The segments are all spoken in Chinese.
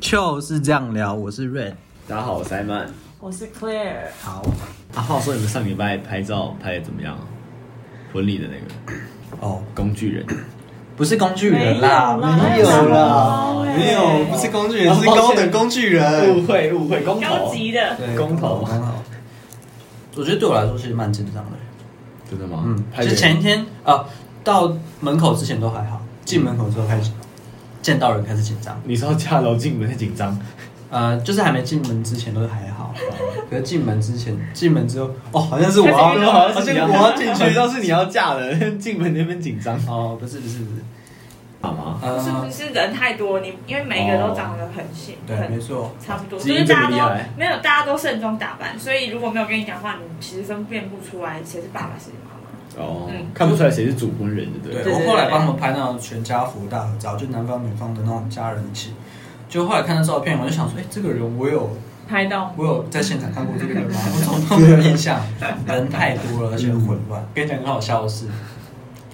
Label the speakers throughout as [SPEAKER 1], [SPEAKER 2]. [SPEAKER 1] 就是这样聊，我是 Red。
[SPEAKER 2] 大家好，我是艾曼。
[SPEAKER 3] 我是 Claire，
[SPEAKER 1] 好，
[SPEAKER 2] 啊，话说你们上礼拜拍照拍的怎么样？婚礼的那个
[SPEAKER 1] 哦，
[SPEAKER 2] 工具人，
[SPEAKER 1] 不是工具人啦，
[SPEAKER 3] 没
[SPEAKER 1] 有
[SPEAKER 3] 有啦
[SPEAKER 1] 啦，哦
[SPEAKER 3] 没有
[SPEAKER 1] 没有，不是工具人，是
[SPEAKER 2] 抱歉
[SPEAKER 1] 高等工具人。
[SPEAKER 2] 会误会，公
[SPEAKER 3] 高级的，
[SPEAKER 1] 对
[SPEAKER 2] 公投
[SPEAKER 1] 公投。我觉得对我来说其实蛮正常的。
[SPEAKER 2] 真的吗？
[SPEAKER 1] 嗯，
[SPEAKER 2] 拍
[SPEAKER 1] 其
[SPEAKER 2] 的
[SPEAKER 1] 实前一天啊，到门口之前都还好，进门口之后开始见到人开始紧张。
[SPEAKER 2] 你是要下楼进门太紧张，
[SPEAKER 1] 呃，就是还没进门之前都还好，可是进门之前，进门之后，哦，好像是我要，
[SPEAKER 3] 开始运动
[SPEAKER 1] 好像我要进
[SPEAKER 2] 好
[SPEAKER 1] 去。
[SPEAKER 2] 像是你要嫁了， 进门那边紧张，
[SPEAKER 1] 哦，不是不是不是，
[SPEAKER 2] 好吗？
[SPEAKER 3] 不是
[SPEAKER 1] 呃
[SPEAKER 3] 不，是人太多，你因为每个都长得很像，
[SPEAKER 1] 对，没
[SPEAKER 3] 很
[SPEAKER 1] 错，
[SPEAKER 3] 差不多，
[SPEAKER 2] 基
[SPEAKER 3] 就
[SPEAKER 2] 因
[SPEAKER 3] 是
[SPEAKER 2] 这么
[SPEAKER 3] 大家
[SPEAKER 2] 厉害
[SPEAKER 3] 都没有，大家都盛装打扮，所以如果没有跟你讲话，你其实分辨不出来谁是爸爸谁是妈妈。
[SPEAKER 2] 哦
[SPEAKER 3] 嗯，
[SPEAKER 2] 看不出来谁是主婚人，对不对
[SPEAKER 1] 对
[SPEAKER 2] 了？
[SPEAKER 3] 对
[SPEAKER 1] 我后来帮他们拍那种全家福大合照，就南方女方的那种家人一起。就后来看到照片，我就想说，哎、这个人我有
[SPEAKER 3] 拍到
[SPEAKER 1] 我有在现场看过这个人吗？ 我怎么都没有印象？人太多了，而且很混乱。跟你讲个好笑的事，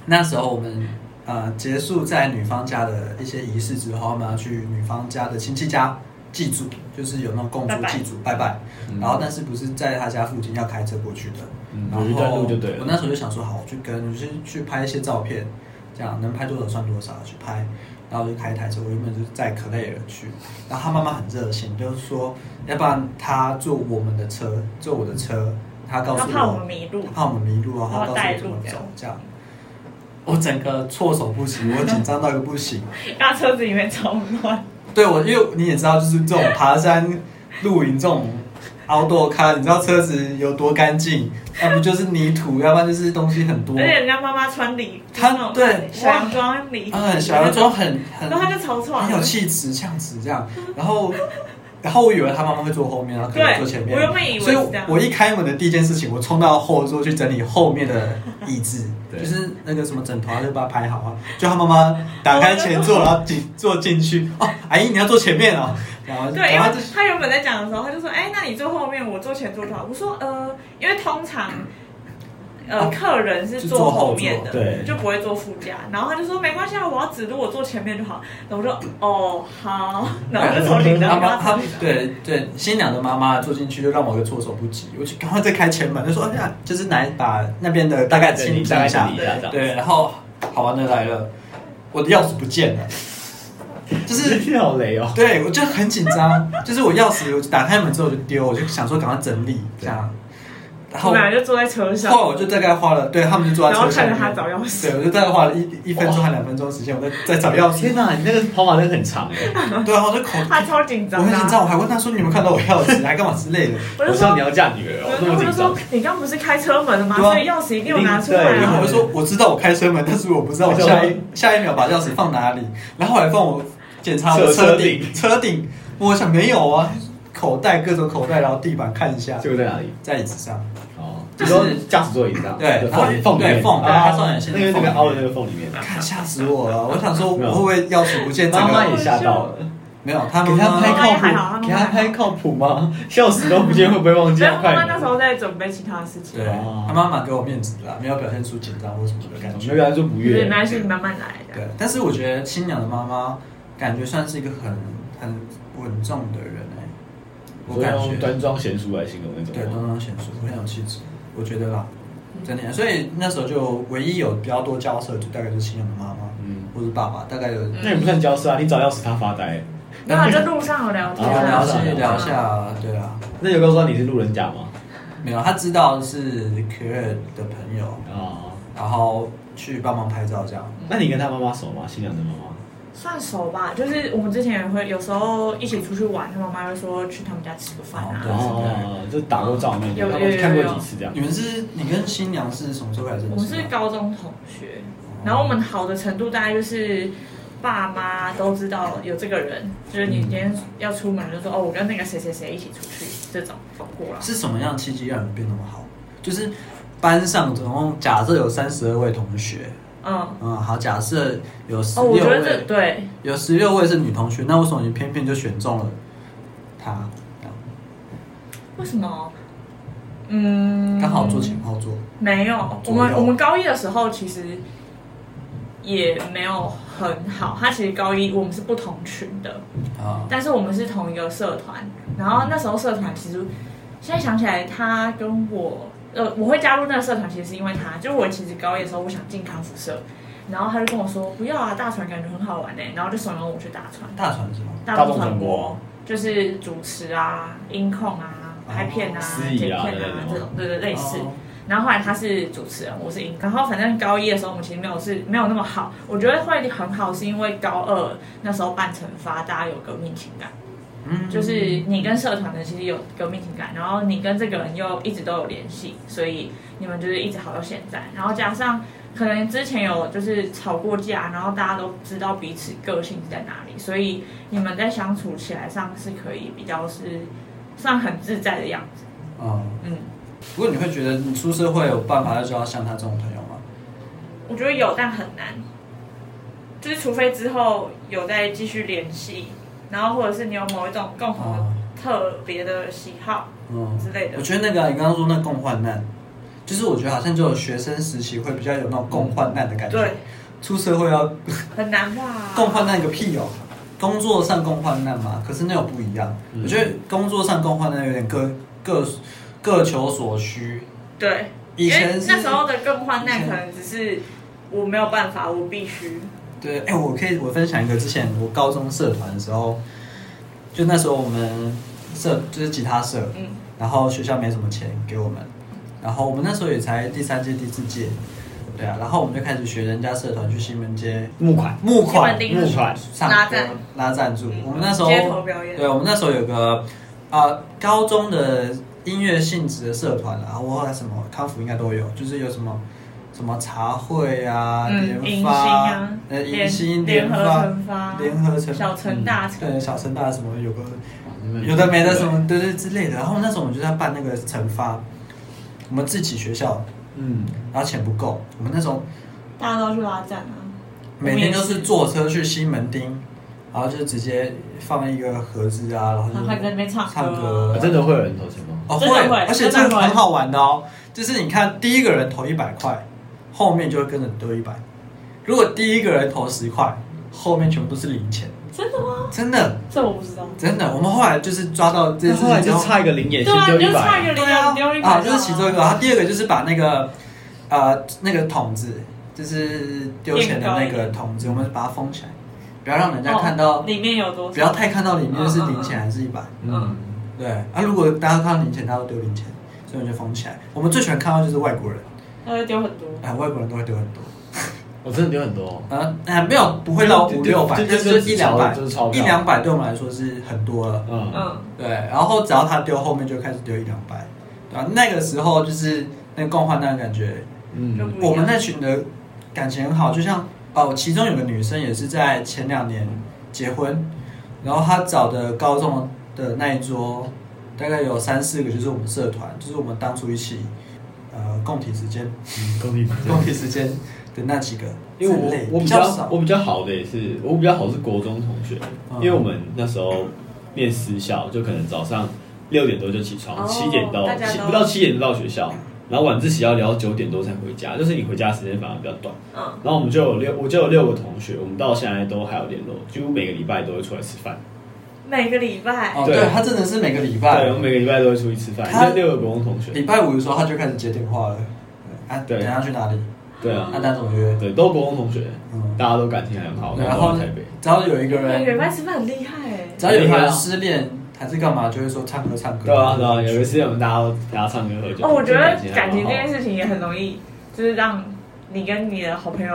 [SPEAKER 1] 那时候我们呃结束在女方家的一些仪式之后，我们要去女方家的亲戚家祭祖，就是有那种共主
[SPEAKER 3] 拜拜
[SPEAKER 1] 祭祖拜拜。
[SPEAKER 2] 嗯
[SPEAKER 1] 然后但是不是在他家附近，要开车过去的。
[SPEAKER 2] 嗯
[SPEAKER 1] 然后
[SPEAKER 2] 有一段路就对了
[SPEAKER 1] 我那时候就想说，好，我去跟就是去拍一些照片，这样能拍多少算多少，去拍。然后我就开一台车，我原本就是载克雷尔去，然后他妈妈很热心，就是说，要不然他坐我们的车，坐我的车，他告诉
[SPEAKER 3] 他
[SPEAKER 1] 我，
[SPEAKER 3] 怕我们迷路
[SPEAKER 1] 他，怕我们迷路，然啊后他告诉我怎么走，这样。我整个措手不及，我紧张到一个不行。
[SPEAKER 3] 大车子里面超乱，
[SPEAKER 1] 对我，因为你也知道，就是这种爬山、露营这种 outdoor 咖，你知道车子有多干净，要不就是泥土，要不然就是东西很多
[SPEAKER 3] 而。且人家妈妈穿礼，
[SPEAKER 1] 他
[SPEAKER 3] 就是那种
[SPEAKER 1] 对
[SPEAKER 3] 小洋装礼，
[SPEAKER 1] 嗯，小洋装，很很
[SPEAKER 3] 然后他就啊吵吵，
[SPEAKER 1] 很有气质，这样子这样。然后，然后我以为他妈妈会坐后面，然后可能
[SPEAKER 3] 对
[SPEAKER 1] 坐前面。
[SPEAKER 3] 我原本以为
[SPEAKER 1] 所
[SPEAKER 3] 是
[SPEAKER 1] 以
[SPEAKER 3] 这样
[SPEAKER 1] 我一开门的第一件事情，我冲到后座去整理后面的椅子，
[SPEAKER 2] 对
[SPEAKER 1] 就是那个什么枕头啊，就把它排好啊。就他妈妈打开前座，然后进坐进去。哦，阿姨你要坐前面哦。然后，
[SPEAKER 3] 对，因
[SPEAKER 1] 然后
[SPEAKER 3] 为
[SPEAKER 1] 就
[SPEAKER 3] 他原本在讲的时候，他就说：“哎、那你坐后面，我坐前座就好。”我说：“呃，因为通常，呃，
[SPEAKER 1] 啊
[SPEAKER 3] 客人是
[SPEAKER 1] 是
[SPEAKER 3] 坐
[SPEAKER 1] 坐后
[SPEAKER 3] 后面
[SPEAKER 1] 座
[SPEAKER 3] 的，
[SPEAKER 2] 对
[SPEAKER 3] 就不会坐副驾。”然后他就说：“没关系啊，我要指路，我坐前面就好。”然后我说：“哦，好。”然后我就从领
[SPEAKER 1] 他
[SPEAKER 3] 导
[SPEAKER 1] 妈
[SPEAKER 3] 到
[SPEAKER 1] 他
[SPEAKER 3] 他对，
[SPEAKER 1] 对对新娘的妈妈坐进去，就让我一个措手不及。我就赶快再开前门，就说哎呀，就是来把那边的大概清理一
[SPEAKER 2] 大概
[SPEAKER 1] 下
[SPEAKER 2] 整理。一下这样，
[SPEAKER 1] 对，然后好玩的来了，我的钥匙不见了，就
[SPEAKER 2] 这
[SPEAKER 1] 是
[SPEAKER 2] 是好雷哦。
[SPEAKER 1] 对我就很紧张，就是我钥匙我打开门之后我就丢，我就想说赶快整理这样，然
[SPEAKER 3] 我
[SPEAKER 1] 后
[SPEAKER 3] 们俩就坐在车上
[SPEAKER 1] 后，来我就大概花了，对他们就坐在
[SPEAKER 3] 然后
[SPEAKER 1] 车上
[SPEAKER 3] 看着
[SPEAKER 1] 面，
[SPEAKER 3] 他找钥匙。
[SPEAKER 1] 对我就大概花了一一分钟还两分钟时间，我在在找钥匙，
[SPEAKER 2] 天哪， 你那个跑马灯很长哎，
[SPEAKER 1] 对啊，我就口
[SPEAKER 3] 他超紧
[SPEAKER 1] 我
[SPEAKER 3] 张
[SPEAKER 1] 很
[SPEAKER 3] 的啊、
[SPEAKER 1] 紧张，我还问他说你有没有看到我钥匙，还干嘛之类的。
[SPEAKER 3] 我
[SPEAKER 2] 我
[SPEAKER 3] 就
[SPEAKER 2] 知道你
[SPEAKER 3] 说，
[SPEAKER 2] 要嫁女儿哦，那么
[SPEAKER 3] 我
[SPEAKER 2] 紧
[SPEAKER 3] 就
[SPEAKER 2] 张
[SPEAKER 3] 说，，你刚不是开车门的吗？
[SPEAKER 1] 对啊
[SPEAKER 3] 所以钥匙一定要拿出来
[SPEAKER 2] 一定对
[SPEAKER 1] 然
[SPEAKER 3] 啊
[SPEAKER 1] 后我！就说我知道我开车门，但是我不知道我下一下一秒把钥匙放哪里。然后后来放我检查我的车顶，车顶我想没有啊，口袋各种口袋，然后地板看一下，
[SPEAKER 2] 结果在哪里？
[SPEAKER 1] 在椅子上。
[SPEAKER 2] 哦，你说驾驶座椅上，
[SPEAKER 1] 对
[SPEAKER 2] 缝
[SPEAKER 1] 然后
[SPEAKER 2] 缝里面啊
[SPEAKER 1] 对缝对它算有些
[SPEAKER 2] 那
[SPEAKER 1] 缝里
[SPEAKER 2] 个那个
[SPEAKER 1] 面
[SPEAKER 2] 凹的那个缝里面，
[SPEAKER 1] 看吓死我了！我想说我会不会钥匙不见？整
[SPEAKER 2] 妈妈
[SPEAKER 1] 个
[SPEAKER 2] 也吓到了。
[SPEAKER 1] 没有，他
[SPEAKER 2] 给
[SPEAKER 1] 们
[SPEAKER 2] 他拍
[SPEAKER 3] 妈妈
[SPEAKER 2] 靠
[SPEAKER 3] 也还
[SPEAKER 2] 谱，
[SPEAKER 3] 好他妈妈
[SPEAKER 2] 给他拍靠谱吗？笑死都不见，会不会忘记啊要
[SPEAKER 3] 然后妈
[SPEAKER 2] 快
[SPEAKER 3] 妈
[SPEAKER 2] 点？
[SPEAKER 3] 那时候在准备其他的事情
[SPEAKER 1] 对，，他妈妈给我面子啦，没有表现出紧张或什么的感
[SPEAKER 2] 哦没
[SPEAKER 1] 觉
[SPEAKER 2] 有。跟他说不
[SPEAKER 3] 就是
[SPEAKER 2] 悦
[SPEAKER 3] 没，关系，你慢慢来的。
[SPEAKER 1] 对，但是我觉得新娘的妈妈感觉算是一个很很稳重的人哎、我
[SPEAKER 2] 我
[SPEAKER 1] 感
[SPEAKER 2] 用
[SPEAKER 1] 觉
[SPEAKER 2] 端庄贤淑来形容那
[SPEAKER 1] 对
[SPEAKER 2] 种
[SPEAKER 1] 东
[SPEAKER 2] 吗。
[SPEAKER 1] 方显淑很有气质，我觉得啦，真的。所以那时候就唯一有比较多交涉，就大概就是新娘的妈妈
[SPEAKER 2] 嗯，
[SPEAKER 1] 或是爸爸，大概有
[SPEAKER 3] 嗯
[SPEAKER 2] 那也不算交涉啊，你找钥匙他发呆。
[SPEAKER 3] 没有，就路上有聊天啊，
[SPEAKER 1] 聊
[SPEAKER 2] 啊
[SPEAKER 1] 些
[SPEAKER 2] 天
[SPEAKER 1] 聊一下，对啊，
[SPEAKER 2] 那有告诉他你是路人甲吗？
[SPEAKER 1] 没有，他知道是 Kira 的朋友，
[SPEAKER 2] 啊，
[SPEAKER 1] 然后去帮忙拍照这样。
[SPEAKER 2] 那你跟他妈妈熟吗？新娘的妈妈？
[SPEAKER 3] 算熟吧。就是我们之前也会有时候一起出去玩，他妈妈会说去他们家吃个饭
[SPEAKER 1] 对
[SPEAKER 3] 啊。
[SPEAKER 2] 哦，就打过照面，
[SPEAKER 3] 有
[SPEAKER 2] 然后
[SPEAKER 3] 有有
[SPEAKER 2] 看过
[SPEAKER 3] 有
[SPEAKER 2] 几次这样
[SPEAKER 1] 你。们是你跟新娘是什么时候开始认识
[SPEAKER 3] 我
[SPEAKER 1] 的？
[SPEAKER 3] 们是高中同学，
[SPEAKER 1] 哦
[SPEAKER 3] 然后我们好的程度大概就是。爸妈都知道有这个人，就是你今天要出门就说哦，我跟那个谁谁谁一起出去，这种走过了。
[SPEAKER 1] 是什么样的契机让你们变那么好？就是班上总共假设有三十二位同学，
[SPEAKER 3] 嗯，
[SPEAKER 1] 嗯，好，假设有十
[SPEAKER 3] 哦，我
[SPEAKER 1] 六
[SPEAKER 3] 觉得这
[SPEAKER 1] 位，
[SPEAKER 3] 对，
[SPEAKER 1] 有十六位是女同学，那为什么你偏偏就选中了她？
[SPEAKER 3] 为什么？嗯，
[SPEAKER 1] 刚好坐前后座，
[SPEAKER 3] 没有，我
[SPEAKER 1] 左右
[SPEAKER 3] 们我们高一的时候其实也没有很好。他其实高一我们是不同群的，
[SPEAKER 1] 啊，
[SPEAKER 3] 但是我们是同一个社团。然后那时候社团其实现在想起来，他跟我呃，我会加入那个社团，其实是因为他，就是我其实高一的时候我想进康复社，然后他就跟我说不要啊，大船感觉很好玩呢、然后就怂恿我去大船。
[SPEAKER 1] 大船是吗？
[SPEAKER 3] 大众传播就是主持啊、音控啊、拍片啊、
[SPEAKER 2] 司
[SPEAKER 3] 剪
[SPEAKER 2] 仪
[SPEAKER 3] 片
[SPEAKER 2] 啊
[SPEAKER 3] 啊
[SPEAKER 2] 那种
[SPEAKER 3] 这种，对对类似。
[SPEAKER 1] 哦
[SPEAKER 3] 然后后来他是主持人，我是音控。然后反正高一的时候我们其实没有是没有那么好，我觉得会很好是因为高二那时候办惩罚，大家有革命情感，
[SPEAKER 1] 嗯
[SPEAKER 3] 就是你跟社团的其实有革命情感，然后你跟这个人又一直都有联系，所以你们就是一直好到现在。然后加上可能之前有就是吵过架，然后大家都知道彼此个性是在哪里，所以你们在相处起来上是可以比较是算很自在的样子。
[SPEAKER 1] 啊。
[SPEAKER 3] 嗯，
[SPEAKER 1] 不过你会觉得你出社会有办法就交到像他这种朋友吗？
[SPEAKER 3] 我觉得有，但很难，就是除非之后有再继续联系，然后或者是你有某一种共同的
[SPEAKER 1] 哦
[SPEAKER 3] 特别的喜好
[SPEAKER 1] 嗯，
[SPEAKER 3] 之类的
[SPEAKER 1] 我。觉得那个啊你刚刚说那共患难，就是我觉得好像只有学生时期会比较有那种共患难的感觉。
[SPEAKER 3] 对，，
[SPEAKER 1] 出社会要
[SPEAKER 3] 很难吧？
[SPEAKER 1] 共患难个屁哦！工作上共患难嘛，可是那又不一样。
[SPEAKER 2] 嗯
[SPEAKER 1] 我觉得工作上共患难有点各各各求所需。
[SPEAKER 3] 对，
[SPEAKER 1] 以前
[SPEAKER 3] 因为
[SPEAKER 1] 是
[SPEAKER 3] 那时候的更患
[SPEAKER 1] 以
[SPEAKER 3] 难，
[SPEAKER 1] 前
[SPEAKER 3] 可能只是我没有办法，我必须。
[SPEAKER 1] 对，哎、我可以我分享一个之前我高中社团的时候，就那时候我们社就是吉他社，
[SPEAKER 3] 嗯，
[SPEAKER 1] 然后学校没什么钱给我们，然后我们那时候也才第三届、第四届，对啊，然后我们就开始学人家社团去西门街
[SPEAKER 2] 募款，
[SPEAKER 1] 募
[SPEAKER 3] 西
[SPEAKER 1] 款
[SPEAKER 3] 门町
[SPEAKER 2] 募款，
[SPEAKER 1] 唱歌
[SPEAKER 3] 拉赞
[SPEAKER 1] 拉赞助
[SPEAKER 3] 嗯。
[SPEAKER 1] 我们那时候
[SPEAKER 3] 街头表演
[SPEAKER 1] 对我们那时候有个呃高中的音乐性质的社团啊，或者什么康复应该都有，就是有什么。什么茶会啊，
[SPEAKER 3] 嗯
[SPEAKER 1] 联
[SPEAKER 3] 迎
[SPEAKER 1] 发、
[SPEAKER 3] 新啊
[SPEAKER 1] 呃，
[SPEAKER 3] 联
[SPEAKER 1] 迎新
[SPEAKER 3] 联合
[SPEAKER 1] 发、
[SPEAKER 3] 惩罚
[SPEAKER 1] 联合惩
[SPEAKER 3] 小城
[SPEAKER 2] 嗯
[SPEAKER 3] 大城，
[SPEAKER 1] 对小成大什么有个有的没的什么对对之类的。然后那时候我们就在办那个惩罚，我们自己学校，
[SPEAKER 2] 嗯，
[SPEAKER 1] 然后钱不够，我们那时候
[SPEAKER 3] 大家都去拉赞啊。
[SPEAKER 1] 每天都是坐车去西门町，然后就直接放一个盒子啊，然后就
[SPEAKER 3] 然后开始在那边唱歌
[SPEAKER 1] 唱歌
[SPEAKER 2] 啊，真的会有人投钱吗？
[SPEAKER 1] 哦
[SPEAKER 3] 真
[SPEAKER 1] 会
[SPEAKER 3] 的会，
[SPEAKER 1] 而且这
[SPEAKER 3] 真的
[SPEAKER 1] 个
[SPEAKER 3] 会
[SPEAKER 1] 很好玩的哦，就是你看第一个人投一百块，后面就会跟着丢一百；如果第一个人投十块，后面全部是零钱，
[SPEAKER 3] 真的吗？
[SPEAKER 1] 真的
[SPEAKER 3] 这我不知道。
[SPEAKER 1] 真的。我们后来就是抓到这件
[SPEAKER 2] 那
[SPEAKER 1] 事
[SPEAKER 2] 后来
[SPEAKER 1] 情之
[SPEAKER 2] 就
[SPEAKER 1] 后，
[SPEAKER 2] 差一个零眼
[SPEAKER 3] 对
[SPEAKER 2] 先
[SPEAKER 3] 啊，
[SPEAKER 2] 丢
[SPEAKER 3] 你
[SPEAKER 2] 一
[SPEAKER 3] 就差一
[SPEAKER 2] 百
[SPEAKER 3] 个，零
[SPEAKER 1] 对啊
[SPEAKER 3] 元丢一，百
[SPEAKER 1] 啊，这是其中一个。然后第二个就是把那个呃那个桶子，就是丢钱的那个桶子，我们把它封起来，不要让人家看到
[SPEAKER 3] 哦，里面有多少？
[SPEAKER 1] 不要太看到里面是零钱还是一百。
[SPEAKER 2] 嗯，
[SPEAKER 1] 对，啊，如果大家看到零钱，大家都丢零钱，所以我们就封起来。我们最喜欢看到就是外国人，
[SPEAKER 3] 那就丢很多。
[SPEAKER 1] 哎，外国人都会丢很多，
[SPEAKER 2] 我真的丢很多，哦
[SPEAKER 1] 啊，哎，没有不会到
[SPEAKER 2] 就
[SPEAKER 1] 五六百，
[SPEAKER 2] 就
[SPEAKER 1] 但
[SPEAKER 2] 就是
[SPEAKER 1] 一两百
[SPEAKER 2] 就是钞，
[SPEAKER 1] 一
[SPEAKER 2] 票
[SPEAKER 1] 两百对我们来说是很多了。
[SPEAKER 2] 嗯，
[SPEAKER 3] 嗯，
[SPEAKER 1] 对，然后只要他丢，后面就开始丢一两百，对啊，那个时候就是那个共患难的感觉，
[SPEAKER 2] 嗯，
[SPEAKER 1] 我们那群的感情很好，就像哦，其中有个女生也是在前两年结婚，然后她找的高中的那一桌，大概有三四个，就是我们社团，就是我们当初一起呃共体时间、
[SPEAKER 2] 公 平，
[SPEAKER 1] 共体时间的那几个之类，
[SPEAKER 2] 因为我我比
[SPEAKER 1] 较
[SPEAKER 2] 较
[SPEAKER 1] 少
[SPEAKER 2] 我，比较好的也是我比较好是国中同学，
[SPEAKER 1] 嗯
[SPEAKER 2] 因为我们那时候念私校，就可能早上六点多就起
[SPEAKER 3] 哦
[SPEAKER 2] 床，七点到
[SPEAKER 3] 大家都
[SPEAKER 2] 七不到七点就到学校，然后晚自习要聊到九点多才回家，就是你回家时间反而比较短。
[SPEAKER 3] 嗯，
[SPEAKER 2] 然后我们就有六我就有六个同学，我们到现在都还有联络，几乎每个礼拜都会出来吃饭。
[SPEAKER 3] 每个礼拜
[SPEAKER 1] 哦，
[SPEAKER 2] 对
[SPEAKER 1] 对，她真的是每个礼
[SPEAKER 2] 对，
[SPEAKER 1] 拜
[SPEAKER 2] 我们每个礼拜都会出去吃饭，
[SPEAKER 1] 他
[SPEAKER 2] 就六个国中同学。
[SPEAKER 1] 礼拜五的时候，她就开始接电话了，对啊，
[SPEAKER 2] 对
[SPEAKER 1] 等一下去哪里？
[SPEAKER 2] 对啊
[SPEAKER 1] 啊，，哪种约？
[SPEAKER 2] 对，都国中同学，
[SPEAKER 1] 嗯，
[SPEAKER 2] 大家都感情很好，
[SPEAKER 1] 然后
[SPEAKER 2] 都在台北。
[SPEAKER 1] 只要有一个
[SPEAKER 3] 每个礼
[SPEAKER 1] 人，
[SPEAKER 3] 拜吃饭很厉害哎。
[SPEAKER 1] 只要有一个人失恋还是干嘛，就会说唱歌唱歌。
[SPEAKER 2] 啊对啊，对啊，有一次我们大家都大家唱歌喝酒。
[SPEAKER 3] 哦，我觉得感情
[SPEAKER 2] 还蛮
[SPEAKER 3] 这
[SPEAKER 1] 哦
[SPEAKER 2] 好
[SPEAKER 3] 件事情也很容易，就是让你跟你的好朋友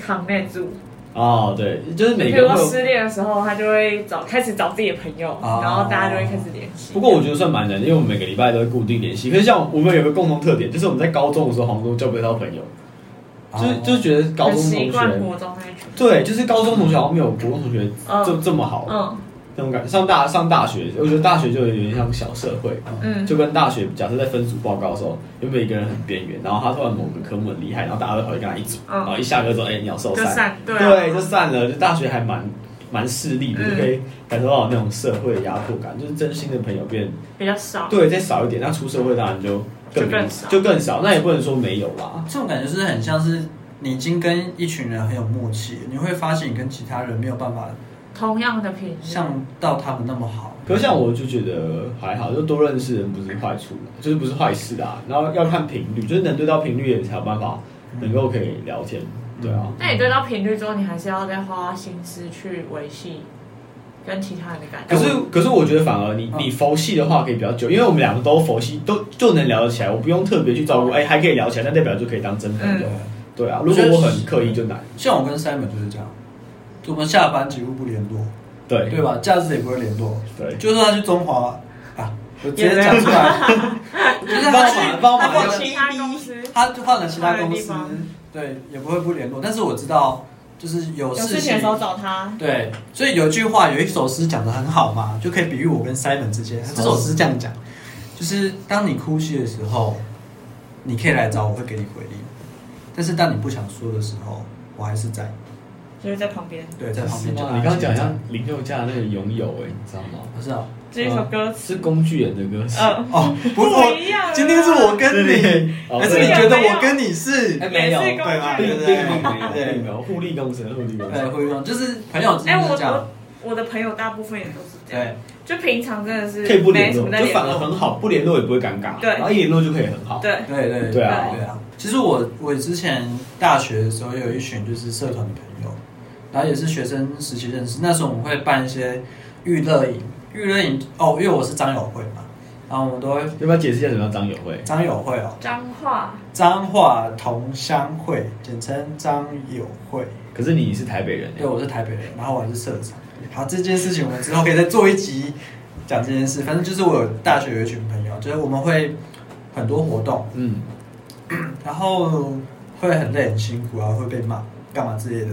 [SPEAKER 3] connect 住。
[SPEAKER 2] 哦，对，就是每
[SPEAKER 3] 比
[SPEAKER 2] 个
[SPEAKER 3] 如
[SPEAKER 2] 人
[SPEAKER 3] 说
[SPEAKER 2] 会有。啊
[SPEAKER 3] 失恋的时候，他就会找开始找自己的朋友，
[SPEAKER 1] 哦
[SPEAKER 3] 然后大家就会开始联系。
[SPEAKER 2] 不过我觉得算蛮难的，因为我们每个礼拜都会固定联系。可是像我们有个共同特点，就是我们在高中的时候好像都交不到朋友，
[SPEAKER 1] 哦
[SPEAKER 2] 就是就是觉得高
[SPEAKER 3] 很
[SPEAKER 2] 中同
[SPEAKER 3] 习惯
[SPEAKER 2] 学，
[SPEAKER 3] 国中那一群。
[SPEAKER 2] 对，就是高中同学好像没有国中同学这
[SPEAKER 3] 嗯
[SPEAKER 2] 这么好
[SPEAKER 3] 嗯
[SPEAKER 2] 那种感觉。上大上大学，我觉得大学就有点像小社会，
[SPEAKER 3] 嗯，
[SPEAKER 2] 就跟大学假设在分组报告的时候，有每个人很边缘，然后他突然某个科目很厉害，然后大家都跑去跟他一组，
[SPEAKER 3] 嗯
[SPEAKER 2] 然后一下课说：“哎、你要受
[SPEAKER 3] 就
[SPEAKER 2] 散
[SPEAKER 3] 散。”对啊
[SPEAKER 2] 就散了。就大学还蛮蛮势利的，
[SPEAKER 3] 嗯
[SPEAKER 2] 就可以感受到那种社会压迫感，就是真心的朋友变
[SPEAKER 3] 比较少。
[SPEAKER 2] 对再少一点。那出社会当然就更
[SPEAKER 3] 就更少
[SPEAKER 2] 就更少，那也不能说没有啦。
[SPEAKER 1] 这种感觉是很像是你已经跟一群人很有默契，你会发现你跟其他人没有办法
[SPEAKER 3] 同样的品质，
[SPEAKER 1] 像到他们那么好。
[SPEAKER 2] 可是像我就觉得还好，就多认识人不是坏处，就是不是坏事啊。然后要看频率，就是能对到频率也才有办法能够可以聊天。对啊，
[SPEAKER 3] 那你对到频率之后，你还是要再花心思去维系跟其他人的感
[SPEAKER 2] 可
[SPEAKER 3] 觉。
[SPEAKER 2] 是可是我觉得反而你你佛系的话可以比较久，因为我们两个都佛系，都就能聊得起来，我不用特别去照顾，哎、还可以聊起来，那代表就可以当真朋友。
[SPEAKER 1] 对，
[SPEAKER 2] 对啊，如果我很刻意就难。
[SPEAKER 1] 像我跟 Simon 就是这样，我们下班几乎不联络，
[SPEAKER 2] 对
[SPEAKER 1] 对吧？假日也不会联络，
[SPEAKER 2] 对，
[SPEAKER 1] 就算他去中华啊，我直接讲出来， 就是他去
[SPEAKER 2] 帮忙帮
[SPEAKER 1] 他换
[SPEAKER 2] 忙
[SPEAKER 3] 换
[SPEAKER 1] 了
[SPEAKER 3] 其他公司，
[SPEAKER 1] 他就换了其他公
[SPEAKER 3] 换了地
[SPEAKER 1] 司
[SPEAKER 3] 方，
[SPEAKER 1] 对，也不会不联络。但是我知道，就是有
[SPEAKER 3] 有
[SPEAKER 1] 事
[SPEAKER 3] 事
[SPEAKER 1] 情
[SPEAKER 3] 情的时候找他。
[SPEAKER 1] 对，所以有一句话，有一首诗讲的很好嘛，就可以比喻我跟 Simon 之间。这首诗这样讲，就是当你哭泣的时候，你可以来找我，会给你回应；但是当你不想说的时候，我还是在。
[SPEAKER 3] 就是在旁边，
[SPEAKER 1] 对，在旁
[SPEAKER 2] 是
[SPEAKER 1] 边就
[SPEAKER 2] 吗你刚刚讲像林宥嘉那个拥有，哎，你知道吗？
[SPEAKER 1] 不是啊，
[SPEAKER 3] 这一首歌
[SPEAKER 2] 嗯
[SPEAKER 3] 词，
[SPEAKER 2] 是工具人的歌词。
[SPEAKER 3] 嗯，
[SPEAKER 1] 哦，不是
[SPEAKER 3] 不
[SPEAKER 1] 我，
[SPEAKER 3] 一样啊
[SPEAKER 1] 今天是我跟你，
[SPEAKER 2] 哦
[SPEAKER 1] 还是
[SPEAKER 2] 对
[SPEAKER 1] 你觉得我跟你是？
[SPEAKER 2] 哎
[SPEAKER 3] 也
[SPEAKER 2] 没
[SPEAKER 3] 是
[SPEAKER 2] 有
[SPEAKER 3] 工具
[SPEAKER 1] 对吧？
[SPEAKER 3] 人
[SPEAKER 1] 对
[SPEAKER 2] 并
[SPEAKER 1] 不
[SPEAKER 2] 并
[SPEAKER 1] 对
[SPEAKER 2] 并没有，并没
[SPEAKER 1] 对，
[SPEAKER 2] 有互利共生，互利共
[SPEAKER 1] 对，
[SPEAKER 2] 生。
[SPEAKER 1] 会用，就是朋友之
[SPEAKER 3] 哎，
[SPEAKER 1] 间
[SPEAKER 3] 我
[SPEAKER 1] 是这样
[SPEAKER 3] 我，我的朋友大部分也都是这样，
[SPEAKER 1] 对，
[SPEAKER 3] 就平常真的是
[SPEAKER 2] 可以不
[SPEAKER 3] 没
[SPEAKER 2] 联
[SPEAKER 3] 什
[SPEAKER 2] 络，
[SPEAKER 3] 么在
[SPEAKER 2] 就
[SPEAKER 3] 联
[SPEAKER 2] 反而很
[SPEAKER 3] 络，
[SPEAKER 2] 好，不联络也不会尴尬。
[SPEAKER 3] 对
[SPEAKER 2] 然后一联络就可以很好。
[SPEAKER 3] 对，
[SPEAKER 1] 对对
[SPEAKER 2] 对啊
[SPEAKER 1] 对啊。其实我我之前大学的时候有一群就是社团的朋友，然后也是学生时期认识。那时候我们会办一些娱乐营，娱乐营哦，因为我是张友会嘛，然后我们都会
[SPEAKER 2] 要不要解释一下什么叫张友会？
[SPEAKER 1] 张友会哦，
[SPEAKER 3] 脏话，
[SPEAKER 1] 彰化同乡会，简称张友会。
[SPEAKER 2] 可是你是台北人
[SPEAKER 1] 因
[SPEAKER 2] 欸
[SPEAKER 1] 为我是台北人，然后我还是社长。好，这件事情我们之后可以再做一集讲这件事。反正就是我有大学有一群朋友，就是我们会很多活动，
[SPEAKER 2] 嗯，
[SPEAKER 1] 然后会很累很辛苦啊，会被骂干嘛之类的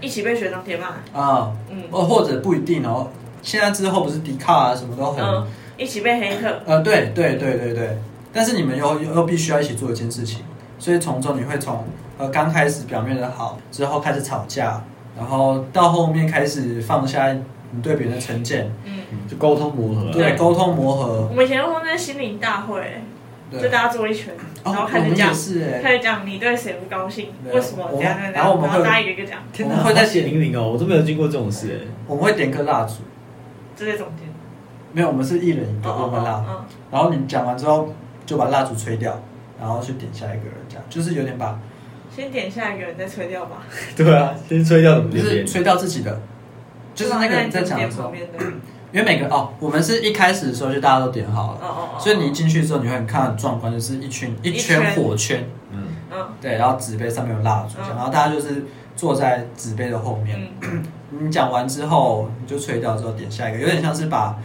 [SPEAKER 3] 一起被学长贴骂，
[SPEAKER 1] 啊，
[SPEAKER 3] 嗯
[SPEAKER 1] 哦或者不一定哦。现在之后不是迪卡啊，什么都很、
[SPEAKER 3] 嗯，一起被黑客，
[SPEAKER 1] 呃，对对对对对，但是你们又又又必须要一起做一件事情，所以从中你会从呃刚开始表面的好，之后开始吵架，然后到后面开始放下你对别人的成见，
[SPEAKER 3] 嗯，
[SPEAKER 2] 就沟通磨合。啊
[SPEAKER 1] 对啊沟通磨合
[SPEAKER 3] 我，们以前弄那心灵大会，就
[SPEAKER 1] 对，
[SPEAKER 3] 大家坐一圈，然后
[SPEAKER 1] 哦，
[SPEAKER 3] 开
[SPEAKER 1] 我
[SPEAKER 3] 始
[SPEAKER 1] 们
[SPEAKER 3] 讲
[SPEAKER 1] 也。是哎、
[SPEAKER 3] 开始讲你对谁不高兴，
[SPEAKER 1] 对
[SPEAKER 3] 为什么这
[SPEAKER 1] 我
[SPEAKER 3] 样那
[SPEAKER 1] 们
[SPEAKER 3] 样，
[SPEAKER 1] 然后我们会
[SPEAKER 3] 大家一个一个讲，
[SPEAKER 2] 天
[SPEAKER 1] 我
[SPEAKER 2] 哪，
[SPEAKER 1] 们会在
[SPEAKER 2] 血淋淋哦，我都没有经过这种事欸
[SPEAKER 1] 我们会点个蜡烛，
[SPEAKER 3] 这是总监。
[SPEAKER 1] 没有，我们是一人一个，我们蜡烛。
[SPEAKER 3] 哦，
[SPEAKER 1] 然后你讲完之后就把蜡烛吹掉，然后去点下一个人，这样就是有点把，
[SPEAKER 3] 嗯先点下一个人再吹掉吧。
[SPEAKER 2] 哎。 对啊，先吹掉怎么
[SPEAKER 1] 就
[SPEAKER 2] 连
[SPEAKER 1] 是
[SPEAKER 2] 连？
[SPEAKER 1] 吹掉自己的，就是那个人在讲
[SPEAKER 3] 对
[SPEAKER 1] 的
[SPEAKER 3] 啊那你就点
[SPEAKER 1] 时
[SPEAKER 3] 旁
[SPEAKER 1] 候，
[SPEAKER 3] 边的。哦
[SPEAKER 1] 因为每个哦，我们是一开始的时候就大家都点好了，
[SPEAKER 3] 哦哦。
[SPEAKER 1] 所以你一进去之后你会很看到的壮观，就是一群一
[SPEAKER 3] 一
[SPEAKER 1] 圈
[SPEAKER 3] 圈
[SPEAKER 1] 火圈，
[SPEAKER 2] 嗯，
[SPEAKER 3] 嗯
[SPEAKER 1] 对，然后纸杯上面有蜡烛，这样
[SPEAKER 3] 嗯
[SPEAKER 1] 然后大家就是坐在纸杯的后面，
[SPEAKER 3] 嗯，
[SPEAKER 1] 你讲完之后，你就吹掉之后点下一个，有点像是把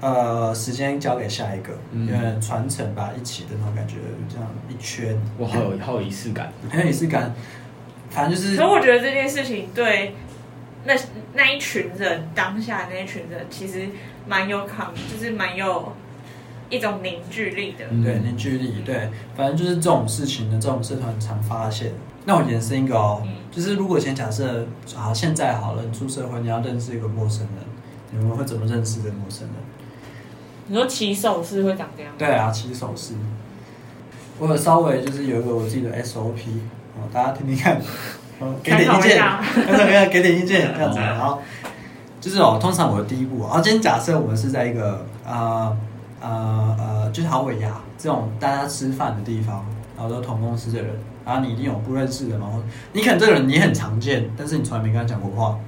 [SPEAKER 1] 呃时间交给下一个，
[SPEAKER 2] 嗯
[SPEAKER 1] 呃传承吧，一起的那种感觉，这样一圈
[SPEAKER 2] 哇，好有好有仪式感。
[SPEAKER 1] 很有仪式感。反正就
[SPEAKER 3] 可
[SPEAKER 1] 是
[SPEAKER 3] 是我觉得这件事情对那那一群人当下那一群人其实蛮有抗，就是蛮有一种凝聚力的。
[SPEAKER 2] 嗯
[SPEAKER 1] 对凝聚力，对，反正就是这种事情呢，这种社团很常发现。那我延伸一个哦，
[SPEAKER 3] 嗯
[SPEAKER 1] 就是如果先假设啊，现在好了，你出社会，你要认识一个陌生人，你们会怎么认识的陌生人？
[SPEAKER 3] 你说骑手是会长这样？
[SPEAKER 1] 对啊，起手式。我有稍微就是有一个我自己的 SOP，哦，大家听听看， 哦，给点意
[SPEAKER 3] 参考一
[SPEAKER 1] 见，
[SPEAKER 3] 下
[SPEAKER 1] 参考一下，给点意见这 样子。然后就是哦，通常我的第一步，然后今天假设我们是在一个呃呃呃，就是好尾牙这种大家吃饭的地方，然后都同公司的人，然后你一定有不认识的嘛，或你可能这个人你很常见，但是你从来没跟他讲过话。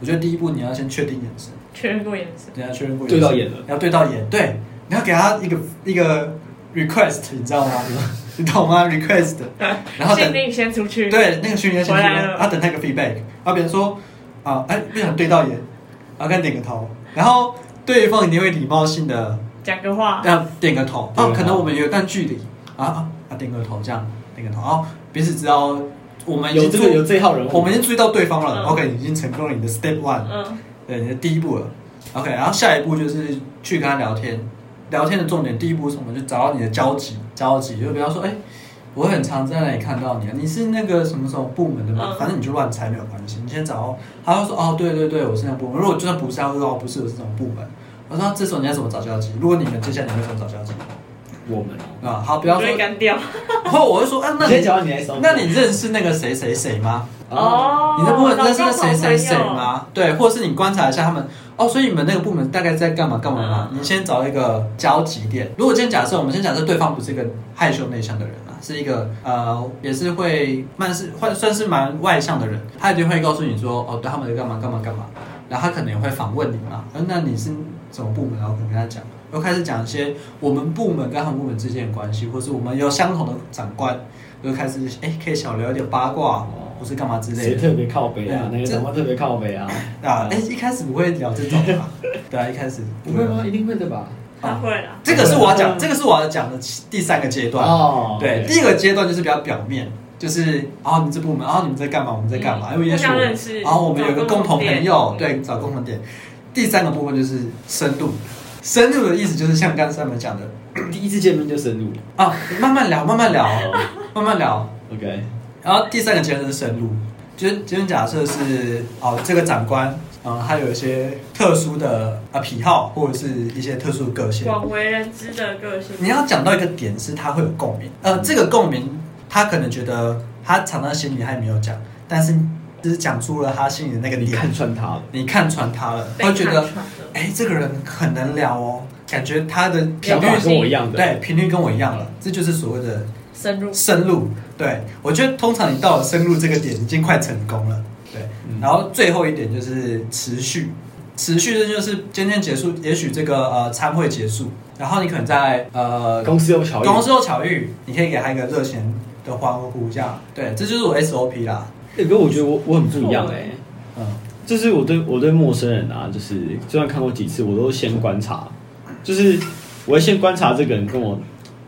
[SPEAKER 1] 我觉得第一步你要先确定眼神，
[SPEAKER 3] 确认过眼神。
[SPEAKER 1] 等一下确认过
[SPEAKER 2] 对
[SPEAKER 1] 神
[SPEAKER 2] 到眼了
[SPEAKER 1] 要对到眼，对，你要给他一个一个 request，你知道吗？ 你懂吗？request，然后等
[SPEAKER 3] 信令先出去。
[SPEAKER 1] 对那个训练先
[SPEAKER 3] 回
[SPEAKER 1] 去
[SPEAKER 3] 来了
[SPEAKER 1] 然后等那个 feedback，然后别人说啊，哎，不想对到眼，然后跟他点个头，然后对方一定会礼貌性的
[SPEAKER 3] 讲个话。
[SPEAKER 1] 要点个头，
[SPEAKER 2] 点
[SPEAKER 1] 哦，
[SPEAKER 2] 个头
[SPEAKER 1] 可能我们有一段距离啊啊啊，点个头这样，点个头，哦，彼此知道我们已
[SPEAKER 2] 有
[SPEAKER 1] 经
[SPEAKER 2] 这个
[SPEAKER 1] 注
[SPEAKER 2] 有这一号人物，
[SPEAKER 1] 我们已经注意到对方了
[SPEAKER 3] 嗯
[SPEAKER 1] ，OK，你已经成功了你的 step one，
[SPEAKER 3] 嗯
[SPEAKER 1] 对，呃你的第一步了。OK，然后下一步就是去跟他聊天。聊天的重点，第一步是什么？就找到你的交集，交集就比方说，哎、我很常在那里看到你啊，你是那个什么什么部门的吗？
[SPEAKER 3] 嗯
[SPEAKER 1] 反正你就乱猜没有关系。你先找到，他会说，哦，对对对，我是那个部门。如果就算不是，他会说，哦，不是，我是这种部门。我说，那这时候你要怎么找交集？如果你们接下来你会怎么找交集？
[SPEAKER 2] 我们哦，
[SPEAKER 1] 啊，好，不要说
[SPEAKER 3] 就会，干掉。
[SPEAKER 1] 然后我就说，啊，那
[SPEAKER 2] 你先
[SPEAKER 1] 你
[SPEAKER 2] 讲完你来搜，
[SPEAKER 1] 那你认识那个谁谁谁吗？
[SPEAKER 2] 哦，
[SPEAKER 3] 哦，
[SPEAKER 1] 你在部门认识那
[SPEAKER 3] 老公
[SPEAKER 1] 谁谁谁
[SPEAKER 3] 好朋友？
[SPEAKER 1] 吗？对，或者是你观察一下他们哦，所以你们那个部门大概在干嘛干嘛嘛？
[SPEAKER 3] 嗯
[SPEAKER 1] 你先找一个交集点。如果今天假设我们先假设对方不是一个害羞内向的人啊，是一个呃也是会慢是算算是蛮外向的人，他一定会告诉你说哦，对他们在干嘛干嘛干嘛，然后他可能也会访问你嘛，呃那你是什么部门？然后可能跟他讲。又开始讲一些我们部门跟他们部门之间的关系，或是我们有相同的长官，又开始哎、可以小聊一点八卦，啊或是干嘛之类的。
[SPEAKER 2] 谁特别靠北啊？
[SPEAKER 1] 嗯
[SPEAKER 2] 哪个长官特别靠北啊？
[SPEAKER 1] 啊，哎、一开始不会聊这种吧？对啊，一开始
[SPEAKER 2] 不会吗？？一定会的吧？
[SPEAKER 1] 哦
[SPEAKER 3] 他会啦。
[SPEAKER 1] 这个是我要讲，这个是我要讲的第三个阶段。
[SPEAKER 2] 哦
[SPEAKER 1] 对，第一个阶段就是比较表面，就是哦，你这部门，哦，你们在干嘛？我们在干嘛？
[SPEAKER 3] 嗯
[SPEAKER 1] 因为也许
[SPEAKER 3] 互相
[SPEAKER 1] 我
[SPEAKER 3] 认识
[SPEAKER 1] 然哦后我们有一个
[SPEAKER 3] 找
[SPEAKER 1] 共
[SPEAKER 3] 共同
[SPEAKER 1] 同
[SPEAKER 3] 点
[SPEAKER 1] 朋友，对，找共同点。第三个部分就是深度，深入的意思就是像刚才我们讲的
[SPEAKER 2] 第一次见面就深入
[SPEAKER 1] 啊，慢慢聊，慢慢聊，慢慢聊，
[SPEAKER 2] ，OK，
[SPEAKER 1] 然后第三个阶段是深入，就是今天假设是哦，这个长官，嗯，他有一些特殊的啊癖好或者是一些特殊的个性，
[SPEAKER 3] 广为人知的个性。
[SPEAKER 1] 你要讲到一个点是他会有共鸣，呃，这个共鸣他可能觉得他藏在心里还没有讲，但是只是讲出了他心里的那个
[SPEAKER 2] 你看
[SPEAKER 1] 点，
[SPEAKER 2] 穿他了，
[SPEAKER 1] 你看穿他了，
[SPEAKER 3] 被
[SPEAKER 1] 他会觉得
[SPEAKER 3] 看穿的
[SPEAKER 1] 哎、这个人很能聊哦，感觉他的频
[SPEAKER 2] 想
[SPEAKER 1] 率
[SPEAKER 2] 法跟我一样的，
[SPEAKER 1] 对频率跟我一样了，这就是所谓的
[SPEAKER 3] 深入
[SPEAKER 1] 深入，对我觉得通常你到了深入这个点已经快成功了，对。
[SPEAKER 2] 嗯
[SPEAKER 1] 然后最后一点就是持续，持续这就是今天结束，也许这个呃参会结束，然后你可能在呃
[SPEAKER 2] 公司有巧遇，
[SPEAKER 1] 公司又巧遇，你可以给他一个热情的欢呼一下，对，这就是我 SOP 啦，
[SPEAKER 2] 欸可我觉得我我很不一样哎、
[SPEAKER 1] 嗯
[SPEAKER 2] 就是我对我对陌生人啊，就是就算看过几次，我都先观察，就是我会先观察这个人跟我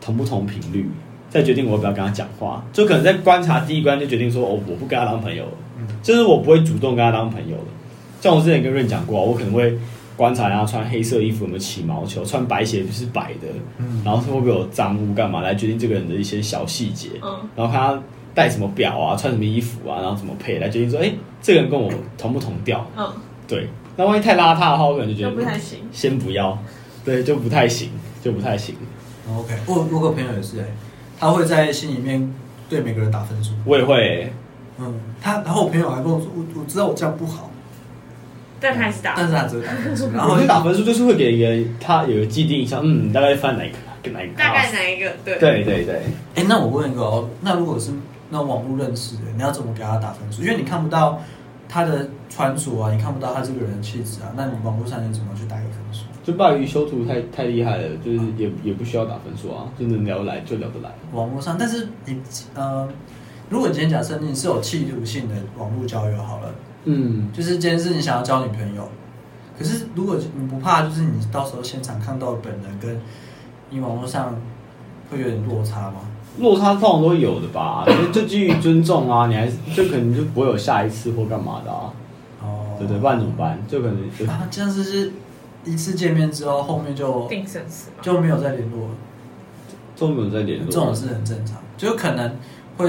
[SPEAKER 2] 同不同频率，再决定我要不要跟他讲话。就可能在观察第一关就决定说，哦，我不跟他当朋友了
[SPEAKER 1] 嗯
[SPEAKER 2] 就是我不会主动跟他当朋友的。像我之前跟润讲过啊，我可能会观察他穿黑色衣服有没有起毛球，穿白鞋是不是白的，
[SPEAKER 1] 嗯
[SPEAKER 2] 然后会不会有脏污干嘛，来决定这个人的一些小细节。
[SPEAKER 3] 嗯，
[SPEAKER 2] 然后看他戴什么表啊，穿什么衣服啊，然后怎么配来决定说，哎，这个人跟我同不同调？
[SPEAKER 3] 嗯，
[SPEAKER 2] 对，那万一太邋遢的话，我可能就觉
[SPEAKER 3] 就
[SPEAKER 2] 得
[SPEAKER 3] 不太行。
[SPEAKER 2] 先不要，对，就不太行，就不太行。
[SPEAKER 1] ，OK，我我有个朋友也是、欸，他会在心里面对每个人打分数，
[SPEAKER 2] 我也会，
[SPEAKER 1] 嗯，他然后我朋友还跟我说，我我知道我这样不好，
[SPEAKER 3] 但开始打，
[SPEAKER 1] 但是他只会打分数，然
[SPEAKER 2] 然
[SPEAKER 1] 后
[SPEAKER 2] 后打分数就是会给一个他有个既定印象，嗯，大概犯哪一个跟哪一个，
[SPEAKER 3] 大概哪一个？对，
[SPEAKER 2] 对对对，
[SPEAKER 1] 哎、那我问一个哦，那如果是那网络认识的，你要怎么给他打分数？因为你看不到他的穿着啊，你看不到他这个人的气质啊，那你网络上你怎么去打一个分数？
[SPEAKER 2] 就鲍鱼修图太太厉害了，就是也也不需要打分数啊，就能聊得来就聊得来。
[SPEAKER 1] 网络上，但是你呃，如果你今天假设你是有企图性的网络交友好了，
[SPEAKER 2] 嗯，
[SPEAKER 1] 就是今天是你想要交女朋友，可是如果你不怕，就是你到时候现场看到本人跟你网络上会有点落差吗？
[SPEAKER 2] 落差通常都有的吧，就就基于尊重啊，你还是就可能就不会有下一次或干嘛的啊。
[SPEAKER 1] 哦，
[SPEAKER 2] 对对，不然怎么办？就可能就
[SPEAKER 1] 啊，这样是不是一次见面之后，后面就
[SPEAKER 3] 定生死嘛。
[SPEAKER 1] 就没有再联络了。
[SPEAKER 2] 都没有在联络。
[SPEAKER 1] 这种是很正常，就可能会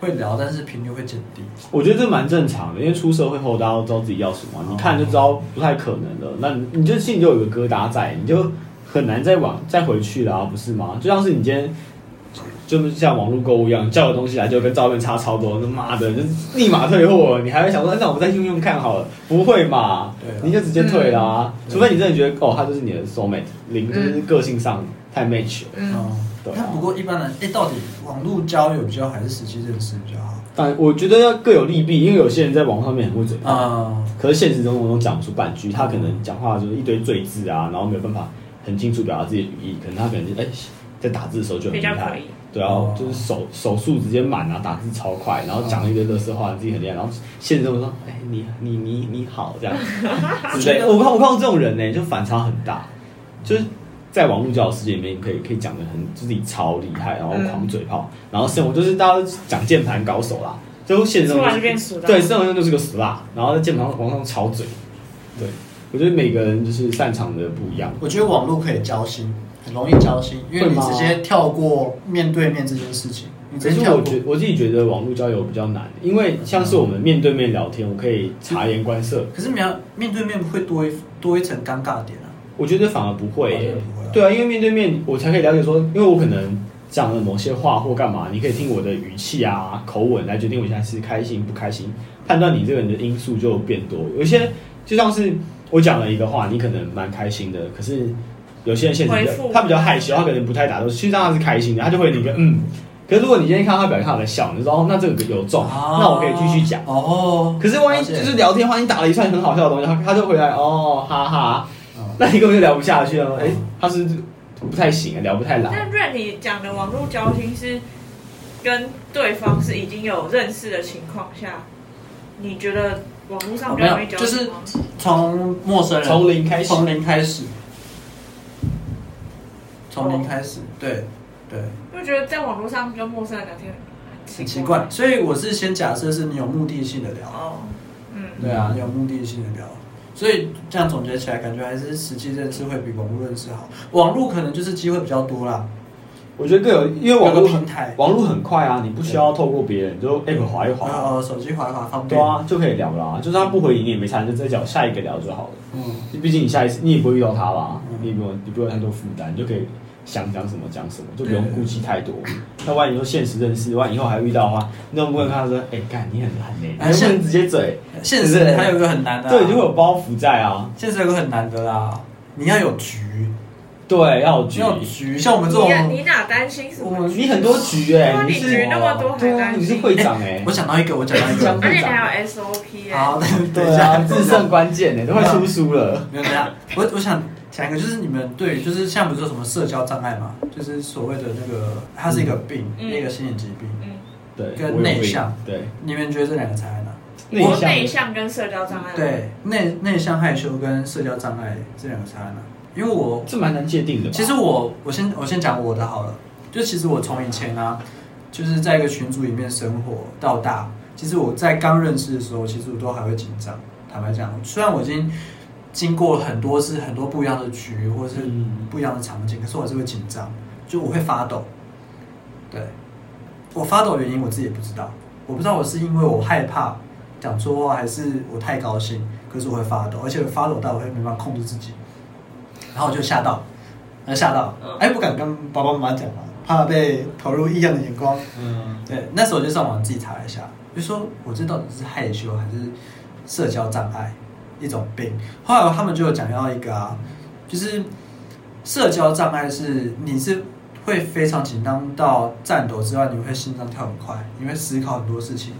[SPEAKER 1] 会聊，但是频率会减低。
[SPEAKER 2] 我觉得这蛮正常的，因为出社会后大家都知道自己要什
[SPEAKER 1] 哦
[SPEAKER 2] 么，你看就知道不太可能了。那你你就心里就有个疙瘩在，你就很难再往再回去啦、不是吗？就像是你今天。就是像网络购物一样，叫个东西来就跟照片差超多，那妈的，就立马退货。你还会想说，哎那我再用用看好了？不会嘛？
[SPEAKER 1] 对啊
[SPEAKER 2] 你就直接退啦、
[SPEAKER 1] 嗯
[SPEAKER 2] 除非你真的觉得，哦，他就是你的 soul mate，零就是个性上太 match 了。
[SPEAKER 1] 哦
[SPEAKER 3] 嗯，
[SPEAKER 2] 对啊
[SPEAKER 1] 那不过一般人，哎、到底网络交友比较好还是实际认识比较好？
[SPEAKER 2] 但我觉得要各有利弊，因为有些人在网上面很会嘴炮，
[SPEAKER 1] 啊、
[SPEAKER 2] 可是现实生活中讲不出半句，他可能讲话就是一堆赘字啊，然后没有办法很清楚表达自己的语义，可能他可能就哎、在打字的时候就很
[SPEAKER 3] 比
[SPEAKER 2] 厉
[SPEAKER 3] 较可
[SPEAKER 2] 害
[SPEAKER 3] 以，。
[SPEAKER 2] 对啊
[SPEAKER 1] 哦，
[SPEAKER 2] 就是手手速直接满啊，打字超快，然后讲一堆乐色话，自己很厉害，然后现实生活中哎、你你你你好 这样，之类的。我看我看过这种人呢、就反差很大，就是。在网络交友世界里面，你可以可以讲的很，就自己超厉害，然后狂嘴炮，然后生活就是大家都讲键盘高手啦，就现实中
[SPEAKER 3] 出来就变俗的。啊
[SPEAKER 2] 对，，生活中就是个死辣，然后在键盘上往上吵嘴。对，我觉得每个人就是擅长的不一样。
[SPEAKER 1] 我觉得网络可以交心，很容易交心，因为
[SPEAKER 2] 会
[SPEAKER 1] 你
[SPEAKER 2] 吗
[SPEAKER 1] 直接跳过面对面这件事情，你
[SPEAKER 2] 可
[SPEAKER 1] 直接
[SPEAKER 2] 是
[SPEAKER 1] 跳
[SPEAKER 2] 我
[SPEAKER 1] 过
[SPEAKER 2] 觉。我自己觉得网络交友比较难，因为像是我们面对面聊天，我可以察言观色，
[SPEAKER 1] 可是你要面对面会多一多一层尴尬点啊，
[SPEAKER 2] 我觉得反而不会
[SPEAKER 1] 好
[SPEAKER 2] 耶、
[SPEAKER 1] 像不会啊
[SPEAKER 2] 对啊，因为面对面我才可以了解说，因为我可能讲了某些话或干嘛，你可以听我的语气啊、口吻来决定我现在是开心不开心，判断你这个人的因素就变多。有一些就像是我讲了一个话，你可能蛮开心的，可是有些人现实比较
[SPEAKER 3] 回复
[SPEAKER 2] 他比较害羞，他可能不太打动，其实他是开心的，他就会有一个嗯。可是如果你今天看到他表情，他有在笑，你就说哦，那这个有中，
[SPEAKER 1] 啊
[SPEAKER 2] 那我可以继续讲。
[SPEAKER 1] 哦，
[SPEAKER 2] 可是万一就是聊天，万一打了一串很好笑的东西，他他就回来哦，哈哈，
[SPEAKER 1] 嗯
[SPEAKER 2] 那你根本就聊不下去
[SPEAKER 1] 哦
[SPEAKER 2] 了。哎、他是不太行，啊聊不太来。
[SPEAKER 3] 但任你讲的网络交心是跟对方是已经有认识的情况下，你觉得网络
[SPEAKER 1] 哦
[SPEAKER 3] 上比较容易交心吗？
[SPEAKER 1] 从陌生人
[SPEAKER 2] 从零开始哦
[SPEAKER 1] 从零开始，从零开始，对对，
[SPEAKER 3] 就觉得在网络上跟陌生人聊天很
[SPEAKER 1] 很奇怪。。所以我是先假设是你有目的性的聊，
[SPEAKER 3] 哦，嗯，
[SPEAKER 1] 对啊，你有目的性的聊。所以这样总结起来，感觉还是实际认识会比网络认识好。网络可能就是机会比较多啦，
[SPEAKER 2] 我觉得各有，因为网
[SPEAKER 1] 有个
[SPEAKER 2] 络
[SPEAKER 1] 平台
[SPEAKER 2] 网络很快啊，你不需要透过别人，就 app 滑一
[SPEAKER 1] 然
[SPEAKER 2] 滑，
[SPEAKER 1] 后呃手机滑一滑方
[SPEAKER 2] 对
[SPEAKER 1] 便。
[SPEAKER 2] 啊，就可以聊啦、就是他不回你，你也没差，你就再找下一个聊就好了。
[SPEAKER 1] 嗯，
[SPEAKER 2] 毕竟你下一次你也不会遇到他吧
[SPEAKER 1] 嗯，
[SPEAKER 2] 你也不用你不用太多负担，你就可以想讲什么讲什么，就不用顾忌太多。那万一说现实认识，万一以后还遇到的话，你怎么不能跟他说，哎、干你很很累，
[SPEAKER 1] 哎
[SPEAKER 2] 你不
[SPEAKER 1] 现
[SPEAKER 2] 能直接嘴，
[SPEAKER 1] 现实还有一个很难的、啊，
[SPEAKER 2] 嗯对，就会有包袱在啊，
[SPEAKER 1] 现实有个很难的啦，你要有局，
[SPEAKER 2] 对，要有局
[SPEAKER 1] 要，有局，像我们这种
[SPEAKER 3] 你，哪你哪担心什
[SPEAKER 1] 我
[SPEAKER 3] 么？
[SPEAKER 2] 你很多局哎、
[SPEAKER 3] 对啊
[SPEAKER 2] 你
[SPEAKER 3] 你
[SPEAKER 2] 是
[SPEAKER 3] 局那么多还
[SPEAKER 2] 对啊，
[SPEAKER 3] 担心
[SPEAKER 2] 你是会长哎、
[SPEAKER 1] 我想到一个，我讲到一
[SPEAKER 2] 这样
[SPEAKER 1] 个，
[SPEAKER 3] 而且你还有 SOP 哎、
[SPEAKER 1] 好，等
[SPEAKER 2] 对
[SPEAKER 1] 一下，
[SPEAKER 2] 啊，自胜关键哎、都快出书了，
[SPEAKER 1] 没有等一下，我我想讲一个，就是你们对于，就是像不是说什么社交障碍嘛，就是所谓的那个，它是一个病，
[SPEAKER 3] 嗯
[SPEAKER 1] 一个心理疾病，
[SPEAKER 3] 嗯，
[SPEAKER 2] 对，
[SPEAKER 1] 跟
[SPEAKER 2] 我有
[SPEAKER 1] 内
[SPEAKER 2] 病
[SPEAKER 1] 向
[SPEAKER 2] 对
[SPEAKER 1] 你们觉得这两个差在哪？
[SPEAKER 2] 内
[SPEAKER 3] 我
[SPEAKER 2] 向
[SPEAKER 3] 内向跟社交障碍。，
[SPEAKER 1] 对，内内向害羞跟社交障碍这两个差在哪？因为我
[SPEAKER 2] 这蛮难界定的吧，
[SPEAKER 1] 其实我我先我先讲我的好了，就其实我从以前啊，就是在一个群组里面生活到大，其实我在刚认识的时候，其实我都还会紧张。坦白讲，虽然我已经经过很多次很多不一样的局或是
[SPEAKER 2] 嗯
[SPEAKER 1] 不一样的场景，可是我还是会紧张，就我会发抖。对，我发抖的原因我自己也不知道，我不知道我是因为我害怕讲错话，还是我太高兴，可是我会发抖，而且我发抖到我会没办法控制自己，然后我就吓到，然后吓到，哎，不敢跟爸爸妈妈讲嘛，怕被投入异样的眼光。
[SPEAKER 2] 嗯。
[SPEAKER 1] 对，那时候我就上网自己查一下，就说我这到底是害羞还是社交障碍一种病。后来他们就有讲到一个啊，就是社交障碍是你是会非常紧张到颤抖之外，你会心脏跳很快，你会思考很多事情。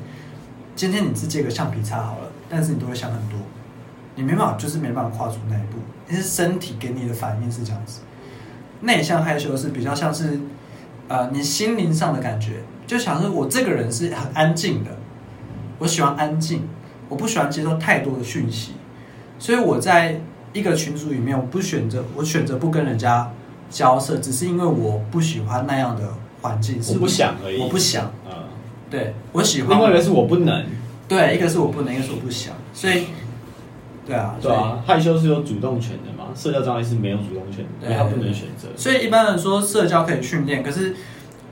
[SPEAKER 1] 今天你是借个橡皮擦好了，但是你都会想很多，你没办法，就是没办法跨出那一步，因为身体给你的反应是这样子。内向害羞是比较像是，呃，你心灵上的感觉，就想是我这个人是很安静的，我喜欢安静，我不喜欢接受太多的讯息，所以我在一个群组里面，我不选择，我选择不跟人家交涉，只是因为我不喜欢那样的环境，是
[SPEAKER 2] 我不想而已，
[SPEAKER 1] 我不想，
[SPEAKER 2] 嗯，
[SPEAKER 1] 对我喜欢，
[SPEAKER 2] 另外一个是我不能，
[SPEAKER 1] 对，一个是我不能，一个是我不想，所以，对啊，
[SPEAKER 2] 对啊，害羞是有主动权的嘛，社交障碍是没有主动权的，
[SPEAKER 1] 对
[SPEAKER 2] 因为他不能选择。
[SPEAKER 1] 所以，所以一般人说社交可以训练，可是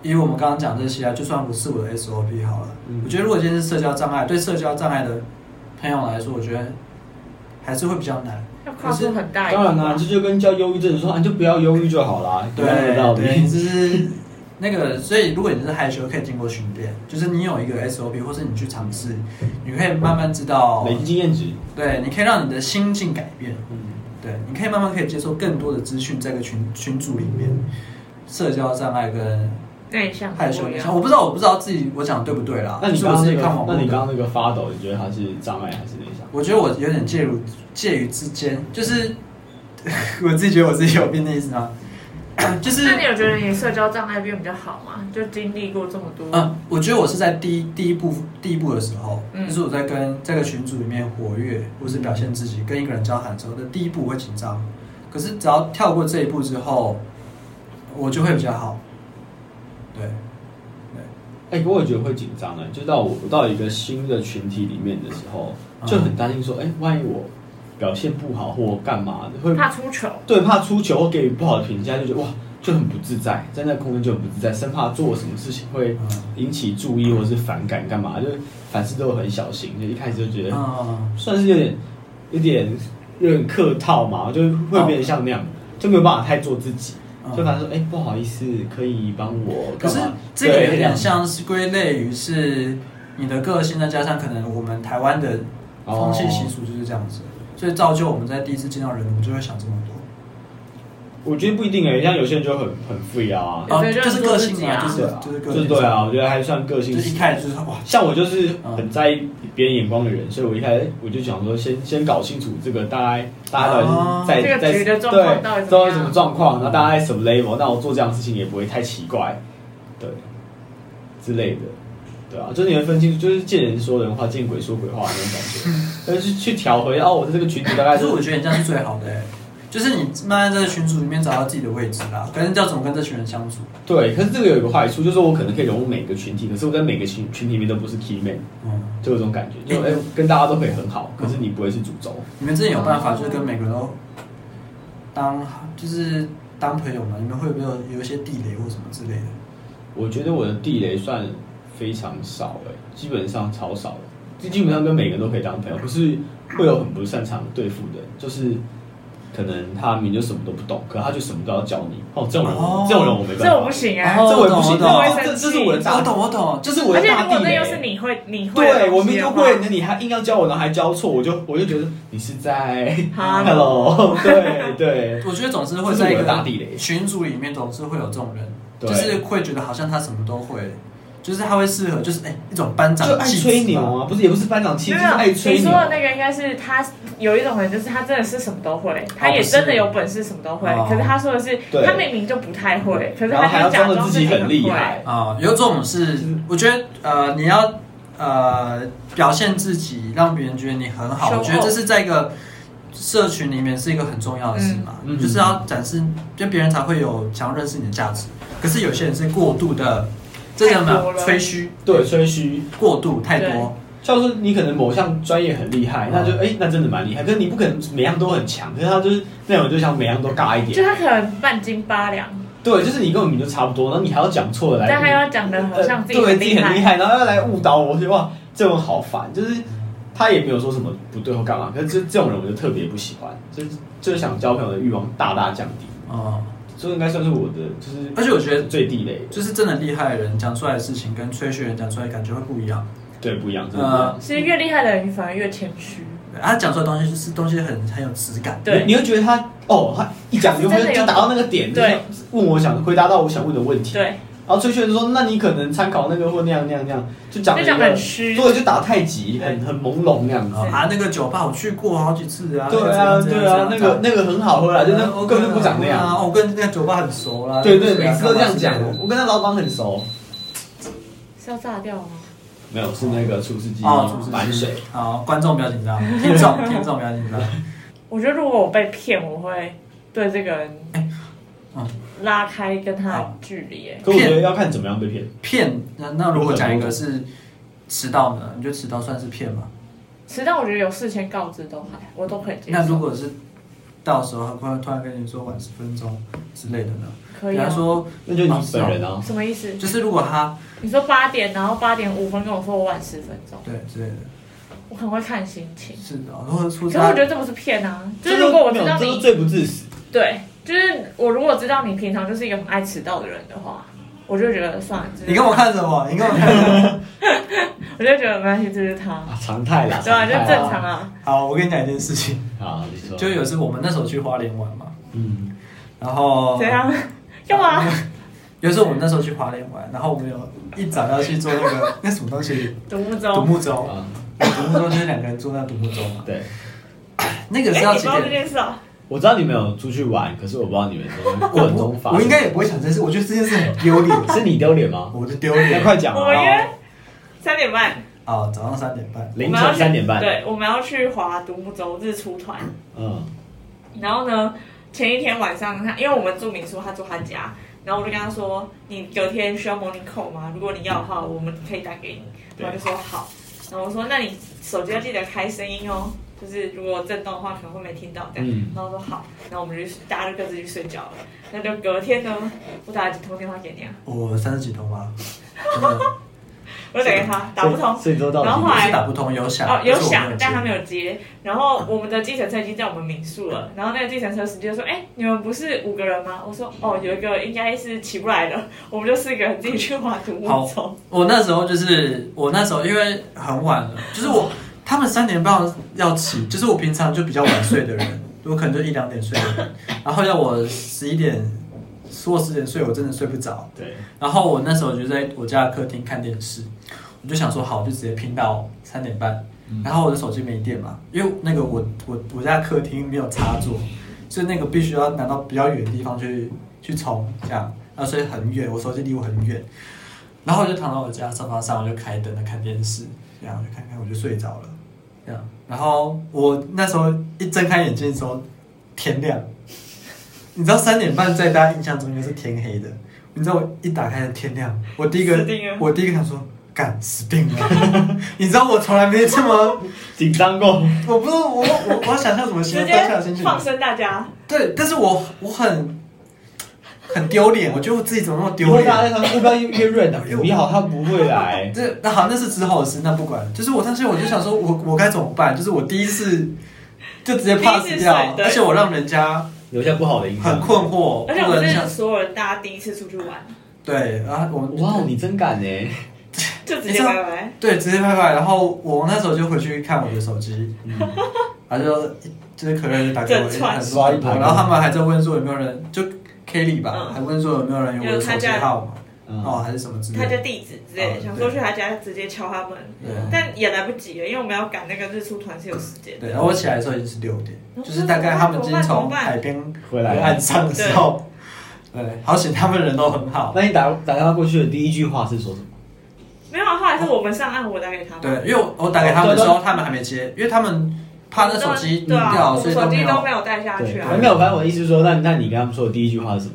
[SPEAKER 1] 以我们刚刚讲这些啊，就算不是我的 SOP 好了，
[SPEAKER 2] 嗯
[SPEAKER 1] 我觉得如果今天是社交障碍，对社交障碍的朋友来说，我觉得还是会比较难。
[SPEAKER 3] 要跨 出很大一
[SPEAKER 2] 当
[SPEAKER 3] 步。
[SPEAKER 2] 然啦、这就跟叫忧郁症说，啊，你就不要忧郁就好啦，一样的道
[SPEAKER 1] 对
[SPEAKER 2] 理。
[SPEAKER 1] 对，就是那个，所以如果你是害羞，可以经过训练，就是你有一个 SOP，或是你去尝试，你可以慢慢知道，
[SPEAKER 2] 累积经验值，
[SPEAKER 1] 对，你可以让你的心境改变。
[SPEAKER 2] 嗯，
[SPEAKER 1] 对，你可以慢慢可以接受更多的资讯，在一个群群组里面，社交障碍跟
[SPEAKER 3] 内向
[SPEAKER 1] 害羞
[SPEAKER 3] 不一
[SPEAKER 1] 内
[SPEAKER 3] 样
[SPEAKER 1] 向，我不知道，我不知道自己我讲的对不对啦。
[SPEAKER 2] 那你
[SPEAKER 1] 是我
[SPEAKER 2] 刚刚
[SPEAKER 1] 自
[SPEAKER 2] 那
[SPEAKER 1] 己看
[SPEAKER 2] 个
[SPEAKER 1] 网，络
[SPEAKER 2] 那你
[SPEAKER 1] 的
[SPEAKER 2] 刚刚那个发抖，你觉得他是障碍还是内向？
[SPEAKER 1] 我觉得我有点介入介于之间，就是 我自己觉得我自己有病的意思吗？ 就是
[SPEAKER 3] 那你有觉得你社交障碍变比较好吗？就经历过这么多，
[SPEAKER 1] 嗯，我觉得我是在第一第一步第一步的时候，
[SPEAKER 3] 嗯
[SPEAKER 1] 就是我在跟这个群组里面活跃，或是表现自己，跟一个人交谈的时候的第一步我会紧张，可是只要跳过这一步之后，我就会比较好。对，对，
[SPEAKER 2] 哎、不过我觉得会紧张的，就到我我到一个新的群体里面的时候，
[SPEAKER 1] 嗯
[SPEAKER 2] 就很担心说，哎、万一我表现不好或干嘛的，会
[SPEAKER 3] 怕出糗。
[SPEAKER 2] 对，怕出糗或给予不好的评价，就觉得哇，就很不自在，在那个空间就很不自在，生怕做什么事情会引起注意或是反感，干嘛？就凡事都很小心，就一开始就觉得
[SPEAKER 1] 嗯，
[SPEAKER 2] 算是有点、有点、有点客套嘛，就会变得像那样。就没有办法太做自己，
[SPEAKER 1] 哦嗯
[SPEAKER 2] 就反正说，哎、不好意思，可以帮我
[SPEAKER 1] 可
[SPEAKER 2] 干
[SPEAKER 1] 是
[SPEAKER 2] 嘛？
[SPEAKER 1] 这个
[SPEAKER 2] 对
[SPEAKER 1] 有
[SPEAKER 2] 这样
[SPEAKER 1] 点像是归类于是你的个性，再加上可能我们台湾的风
[SPEAKER 2] 哦
[SPEAKER 1] 气习俗就是这样子，所以造就我们在第一次见到人，我们就会想这么多。
[SPEAKER 2] 我觉得不一定哎、像有些人就很很 free 啊，
[SPEAKER 3] 有
[SPEAKER 1] 哦
[SPEAKER 3] 些，人
[SPEAKER 1] 就是个性啊，
[SPEAKER 3] 做
[SPEAKER 1] 就
[SPEAKER 2] 对
[SPEAKER 1] 是
[SPEAKER 2] 啊，
[SPEAKER 1] 就是个
[SPEAKER 2] 就
[SPEAKER 1] 性，
[SPEAKER 2] 是对啊，我觉得还算个
[SPEAKER 1] 就
[SPEAKER 2] 性
[SPEAKER 1] 是一嗯
[SPEAKER 2] 使
[SPEAKER 1] 开始就是哇，
[SPEAKER 2] 像我就是很在意别人眼光的人，所以我一开始我就想说先，先搞清楚这个大概大家到底
[SPEAKER 1] 哦
[SPEAKER 2] 是在、
[SPEAKER 3] 啊这个
[SPEAKER 2] 在
[SPEAKER 3] 局的状况到底
[SPEAKER 2] 对
[SPEAKER 3] 怎么样
[SPEAKER 2] 什么状况，
[SPEAKER 1] 嗯
[SPEAKER 2] 然后大家在什么 level，那我做这样的事情也不会太奇怪，对之类的，对啊，就是你能分清楚，就是见人说人话，见鬼说鬼话那种感 觉，但是去调回哦，我在这个群体大概
[SPEAKER 1] 可是
[SPEAKER 2] 是
[SPEAKER 1] 我觉得你这样是最好的、欸，就是你慢慢在群组里面找到自己的位置啦，可是要怎么跟这群人相处？
[SPEAKER 2] 对，可是这个有一个坏处，就是我可能可以融入每个群体，可是我在每个群群体里面都不是 key man，
[SPEAKER 1] 嗯，
[SPEAKER 2] 就有这种感觉，就哎、跟大家都可以很好，可是你不会是主轴。
[SPEAKER 1] 你们之前有办法就是跟每个人都当就是当朋友吗？你们会不会有有一些地雷或什么之类的？
[SPEAKER 2] 我觉得我的地雷算非常少哎、基本上超少的，基本上跟每个人都可以当朋友，可是会有很不擅长对付的，就是可能他明明就什么都不懂，可他就什么都要教你。哦，这种人，
[SPEAKER 1] 哦
[SPEAKER 2] 这种人我没办法，
[SPEAKER 3] 这我不行哎、
[SPEAKER 1] 哦
[SPEAKER 2] 这我也不行，
[SPEAKER 1] 懂我懂
[SPEAKER 2] 这这这是我的大，
[SPEAKER 1] 我懂，我懂，
[SPEAKER 2] 这是我
[SPEAKER 3] 而
[SPEAKER 2] 的
[SPEAKER 3] 且
[SPEAKER 2] 大
[SPEAKER 3] 如果
[SPEAKER 2] 地
[SPEAKER 3] 那
[SPEAKER 2] 雷。
[SPEAKER 3] 又是你会你会的
[SPEAKER 2] 对，我
[SPEAKER 3] 东
[SPEAKER 2] 明
[SPEAKER 3] 西
[SPEAKER 2] 明就
[SPEAKER 3] 的话，
[SPEAKER 2] 会，那你还硬要教我，然后还教错，我就我就觉得你是在
[SPEAKER 3] 哈
[SPEAKER 2] hello，对对
[SPEAKER 1] 我觉得总是会在一
[SPEAKER 2] 这是我的大地
[SPEAKER 1] 个
[SPEAKER 2] 雷
[SPEAKER 1] 群组里面，总是会有这种人，
[SPEAKER 2] 对
[SPEAKER 1] 就是会觉得好像他什么都会，就是他会适合，就是哎、一种班长
[SPEAKER 2] 就爱
[SPEAKER 1] 气质
[SPEAKER 2] 吹牛
[SPEAKER 1] 嘛
[SPEAKER 2] 啊，不是也不是班长气，
[SPEAKER 3] 没
[SPEAKER 2] 就是爱
[SPEAKER 3] 有，
[SPEAKER 2] 吹
[SPEAKER 3] 你
[SPEAKER 2] 牛
[SPEAKER 3] 说。的那个应该是他有一种人，就是他真的是什么都
[SPEAKER 2] 哦
[SPEAKER 3] 会，他也真的有本事什么都会。
[SPEAKER 1] 哦
[SPEAKER 3] 可是他说的是，
[SPEAKER 2] 对
[SPEAKER 3] 他明明就不太会，可是
[SPEAKER 2] 然后还
[SPEAKER 3] 他
[SPEAKER 2] 要
[SPEAKER 3] 就假
[SPEAKER 2] 装
[SPEAKER 3] 装
[SPEAKER 2] 的自己
[SPEAKER 3] 己
[SPEAKER 2] 很厉
[SPEAKER 3] 会。
[SPEAKER 2] 害，
[SPEAKER 1] 啊、有种是，
[SPEAKER 2] 嗯
[SPEAKER 1] 我觉得呃，你要呃表现自己，让别人觉得你很好，
[SPEAKER 3] Show
[SPEAKER 1] 我觉得这是在一个社群里面是一个很重要的事嘛，
[SPEAKER 2] 嗯嗯
[SPEAKER 1] 就是要展示，就别人才会有想要认识你的价值。可是有些人是过度的，这叫什
[SPEAKER 3] 太多
[SPEAKER 1] 么？
[SPEAKER 3] 了
[SPEAKER 1] 吹嘘
[SPEAKER 2] 对，吹嘘。
[SPEAKER 1] 过度太
[SPEAKER 3] 对
[SPEAKER 1] 多，
[SPEAKER 2] 像是你可能某项专业很厉
[SPEAKER 3] 嗯
[SPEAKER 2] 害，那就哎、那真的蛮厉害。可是你不可能每样都很强，可是他就是那种就想每样都尬一
[SPEAKER 3] 就
[SPEAKER 2] 点。
[SPEAKER 3] 他可能半斤八两，
[SPEAKER 2] 对，就是你跟我们就差不多，然后你还要讲错的来，
[SPEAKER 3] 但他又要讲的好像自己
[SPEAKER 2] 呃对
[SPEAKER 3] 很
[SPEAKER 2] 自己
[SPEAKER 3] 厉
[SPEAKER 2] 很厉
[SPEAKER 3] 害。
[SPEAKER 2] 害，然后要来误导我，我觉得哇，这种好烦。就是他也没有说什么不对或干嘛，可是这这种人我就特别不喜欢，就是就是想交朋友的欲望大大降低。
[SPEAKER 1] 嗯，
[SPEAKER 2] 所以应该算是我的，就是
[SPEAKER 1] 而且我觉得
[SPEAKER 2] 最地雷的，
[SPEAKER 1] 就是真的厉害的人讲出来的事情，跟吹嘘的人讲出来的感觉会不一样。
[SPEAKER 2] 对不一
[SPEAKER 1] 嗯
[SPEAKER 2] 样，真的不一样。
[SPEAKER 3] 其实越厉害的人反而越谦虚，
[SPEAKER 2] 嗯
[SPEAKER 1] 对他讲出来的东西就是东西很很有质感，
[SPEAKER 3] 对
[SPEAKER 2] 你你会觉得他哦，他一讲就
[SPEAKER 3] 他
[SPEAKER 2] 会
[SPEAKER 3] 是真的有
[SPEAKER 2] 就达到那个点，
[SPEAKER 3] 对，
[SPEAKER 2] 问我想回答到我想问的问题。
[SPEAKER 3] 对，
[SPEAKER 2] 然后崔炫就说：“那你可能参考那个或那样那样那样，就讲了
[SPEAKER 3] 就
[SPEAKER 2] 一个
[SPEAKER 3] 讲得很虚
[SPEAKER 2] 对，就打太极，很很朦胧那样子。
[SPEAKER 1] 啊啊，那个酒吧我去过好几次啊，
[SPEAKER 2] 对
[SPEAKER 1] 那
[SPEAKER 2] 啊，
[SPEAKER 1] 个怎样
[SPEAKER 2] 对啊，那个那个很好喝啊啦，就那根本就不长那
[SPEAKER 1] 啊，
[SPEAKER 2] 样。
[SPEAKER 1] 我跟那个酒吧很熟啦，
[SPEAKER 2] 对对，每次都这样讲
[SPEAKER 1] 干嘛之类。的
[SPEAKER 2] 我跟他老板很熟，
[SPEAKER 3] 是要炸掉吗？
[SPEAKER 2] 没有是那个厨师机
[SPEAKER 1] 哦，厨师
[SPEAKER 2] 满水。
[SPEAKER 1] 好，观众不要紧张，听众听众不要紧张。
[SPEAKER 3] 我觉得如果我被骗，我会对这个人
[SPEAKER 1] 嗯，
[SPEAKER 3] 拉开跟他的距离、哎
[SPEAKER 2] 可我觉得要看怎么样被骗。
[SPEAKER 1] 骗那那如果讲一个是迟到呢，你觉得迟到算是骗吗？
[SPEAKER 3] 迟到我觉得有事先告知都还，我都可以接受。
[SPEAKER 1] 那如果是到时候他突然突然跟你说晚十分钟之类的呢？
[SPEAKER 3] 可以、
[SPEAKER 1] 比
[SPEAKER 3] 啊，
[SPEAKER 1] 方说，
[SPEAKER 2] 那就你本人啊，
[SPEAKER 3] 什么意思？
[SPEAKER 1] 就是如果他
[SPEAKER 3] 你说八点，然后八点五分跟我说我晚十分钟，
[SPEAKER 1] 对之类的，
[SPEAKER 3] 我可能会看心情。
[SPEAKER 1] 是的，如果出
[SPEAKER 3] 可是
[SPEAKER 1] 差
[SPEAKER 3] 我觉得这不是骗啊，就是如果我
[SPEAKER 2] 没
[SPEAKER 3] 知
[SPEAKER 2] 有，
[SPEAKER 3] 道
[SPEAKER 2] 这是
[SPEAKER 3] 你
[SPEAKER 2] 罪不至死。
[SPEAKER 3] 对，就是我如果知道你平常就是一个很爱迟到的人的话，我就会觉得算了，就是
[SPEAKER 1] 你跟我，看什么？你跟我看什么？
[SPEAKER 3] 我就会觉得没关系，这是他，
[SPEAKER 2] 啊，常态啦，
[SPEAKER 3] 对啊，就
[SPEAKER 2] 常态
[SPEAKER 3] 正常啊。
[SPEAKER 1] 好，我跟你讲一件事情，
[SPEAKER 2] 好，你说
[SPEAKER 1] 就有一次我们那时候去花莲玩嘛，
[SPEAKER 2] 嗯，
[SPEAKER 1] 然后
[SPEAKER 3] 怎样？干嘛？
[SPEAKER 1] 有时候我们那时候去花莲玩，然后我们有一早要去做那 个那什么东西，
[SPEAKER 3] 独木
[SPEAKER 1] 独
[SPEAKER 3] 舟。
[SPEAKER 1] 木舟，
[SPEAKER 3] 哦
[SPEAKER 2] 啊，
[SPEAKER 1] 独木舟就是两个人坐那独木舟嘛。
[SPEAKER 2] 对，
[SPEAKER 1] 那
[SPEAKER 3] 哎，
[SPEAKER 1] 个是
[SPEAKER 3] 你不
[SPEAKER 1] 要
[SPEAKER 3] 知
[SPEAKER 1] 几
[SPEAKER 3] 道这
[SPEAKER 1] 点？
[SPEAKER 3] 件事啊？
[SPEAKER 2] 我知道你们有出去玩，可是我不知道你们从过程中发
[SPEAKER 1] 我
[SPEAKER 2] 生
[SPEAKER 1] 应该也不会想这件事，我觉得这件事很丢 脸，
[SPEAKER 2] 是你丢脸吗？
[SPEAKER 1] 我就丢
[SPEAKER 2] 那
[SPEAKER 1] 脸。
[SPEAKER 2] 快讲
[SPEAKER 3] 我们
[SPEAKER 2] 啊！
[SPEAKER 3] 约三点半，
[SPEAKER 1] 啊，早上三点半，
[SPEAKER 2] 凌晨三点半，，
[SPEAKER 3] 对，我们要去划独木舟日出团。
[SPEAKER 2] 嗯，
[SPEAKER 3] 然后呢，前一天晚上他，因为我们住民宿，他住他家，然后我就跟他说，你隔天需要 morning call 吗？如果你要的话，我们可以打给你。
[SPEAKER 2] 对
[SPEAKER 3] 他就说好。然后我说，那你手机要记得开声音哦，就是如果震动的话，可能会没听到这样。
[SPEAKER 2] 嗯
[SPEAKER 3] 然后我说好，然后我们就去大家就各自去睡觉了。那就隔天呢，我打了几通电话给你啊，
[SPEAKER 1] 我三十几通吧，真的
[SPEAKER 3] 我打给他，打不通。
[SPEAKER 2] 所以所以都到底
[SPEAKER 3] 然后后
[SPEAKER 1] 不
[SPEAKER 3] 来
[SPEAKER 1] 是打不通，有响，
[SPEAKER 3] 哦，有
[SPEAKER 1] 可是我没
[SPEAKER 3] 响，
[SPEAKER 1] 接
[SPEAKER 3] 但他没有接。然后我们的计程车已经在我们民宿了。然后那个计程车司机就说：“哎、你们不是五个人吗？”我说：“哦，有一个应该是起不来的，我们就四个人自己去划独木舟。
[SPEAKER 1] 我那时候就是我那时候因为很晚了，就是我他们三点半要起，就是我平常就比较晚睡的人，我可能就一两点睡的人，然后要我十一点或十点睡，我真的睡不着。
[SPEAKER 2] 对，
[SPEAKER 1] 然后我那时候就在我家的客厅看电视，我就想说好，我就直接拼到三点半。然后我的手机没电嘛，因为那个我我我家客厅没有插座，所以那个必须要拿到比较远的地方去去充，这样，然后所以很远，我手机离我很远。然后我就躺到我家沙发上，我就开灯在看电视，这样我就看看我就睡着了，这样。然后我那时候一睁开眼睛的时候，天亮。你知道三点半在大家印象中应该是天黑的，你知道我一打开天亮，我第一个
[SPEAKER 3] 死定了
[SPEAKER 1] 我第一个想说，干死定了！ 你知道我从来没这么，
[SPEAKER 2] 紧张过，
[SPEAKER 1] 我不知道我我我想象什么形
[SPEAKER 3] 直
[SPEAKER 1] 容
[SPEAKER 3] 接
[SPEAKER 1] 当下的心情，
[SPEAKER 3] 放生大家，
[SPEAKER 1] 对，但是我我很很丢脸，我觉得我自己怎么那么
[SPEAKER 2] 以
[SPEAKER 1] 丢
[SPEAKER 2] 后大家在
[SPEAKER 1] 脸。
[SPEAKER 2] 想说要不啊要约约瑞 的？不要，他不会 来。
[SPEAKER 1] 这那好，那是之后的事，那不管。就是我当时我就想说我，我该怎么办？就是我第一次就直接
[SPEAKER 3] 第一次
[SPEAKER 1] pass 掉，
[SPEAKER 3] 甩对
[SPEAKER 1] 而且我让人家
[SPEAKER 2] 留下不好的影响。
[SPEAKER 1] 很困惑，
[SPEAKER 3] 而且我
[SPEAKER 1] 我
[SPEAKER 3] 们
[SPEAKER 1] 很想
[SPEAKER 3] 是所有人大家第一次出去玩，
[SPEAKER 1] 对，然后我们
[SPEAKER 2] 哇，你真敢哎！
[SPEAKER 3] 就直
[SPEAKER 1] 你
[SPEAKER 3] 接
[SPEAKER 1] 知道
[SPEAKER 3] 拜拜。
[SPEAKER 1] 对，直接拍拍。然后我那时候就回去看我的手机，
[SPEAKER 2] 嗯
[SPEAKER 1] 然后就就是可乐就打给我哎
[SPEAKER 3] 整串
[SPEAKER 1] 很多朋友然后他们还在问说有没有人，就 Kelly 吧，
[SPEAKER 3] 嗯
[SPEAKER 1] 还问说有没有人有我的手机号码，
[SPEAKER 2] 嗯，
[SPEAKER 1] 哦还是什么之
[SPEAKER 3] 他
[SPEAKER 1] 类
[SPEAKER 3] 家
[SPEAKER 1] 的。
[SPEAKER 3] 地址之类
[SPEAKER 1] 哦
[SPEAKER 3] 的，想说去他家直接敲他门，
[SPEAKER 1] 对
[SPEAKER 3] 但也来不及了，因为我们要赶那个日出团是有时间的。
[SPEAKER 1] 对，然后我起来的时候已经是六点，
[SPEAKER 3] 哦
[SPEAKER 1] 就是大概他们已经
[SPEAKER 3] 怎
[SPEAKER 1] 从
[SPEAKER 3] 么办怎么办
[SPEAKER 1] 海边
[SPEAKER 2] 回来
[SPEAKER 1] 岸上的时候，对，好险他们人都很好。
[SPEAKER 2] 那你打打电话过去的第一句话是说什么？
[SPEAKER 3] 没有啊，后来是我们上岸，我打给他们。
[SPEAKER 1] 对，因为我我打给他们的时候，他们还没接，因为他们怕那手机
[SPEAKER 3] 对啊，
[SPEAKER 1] 掉，
[SPEAKER 3] 我
[SPEAKER 1] 所
[SPEAKER 3] 们
[SPEAKER 1] 以都
[SPEAKER 3] 手
[SPEAKER 1] 没
[SPEAKER 3] 机
[SPEAKER 1] 有
[SPEAKER 3] 都没有带下去
[SPEAKER 2] 对，
[SPEAKER 3] 啊。
[SPEAKER 2] 没有。反正我的意思是说，那那你跟他们说的第一句话是什么？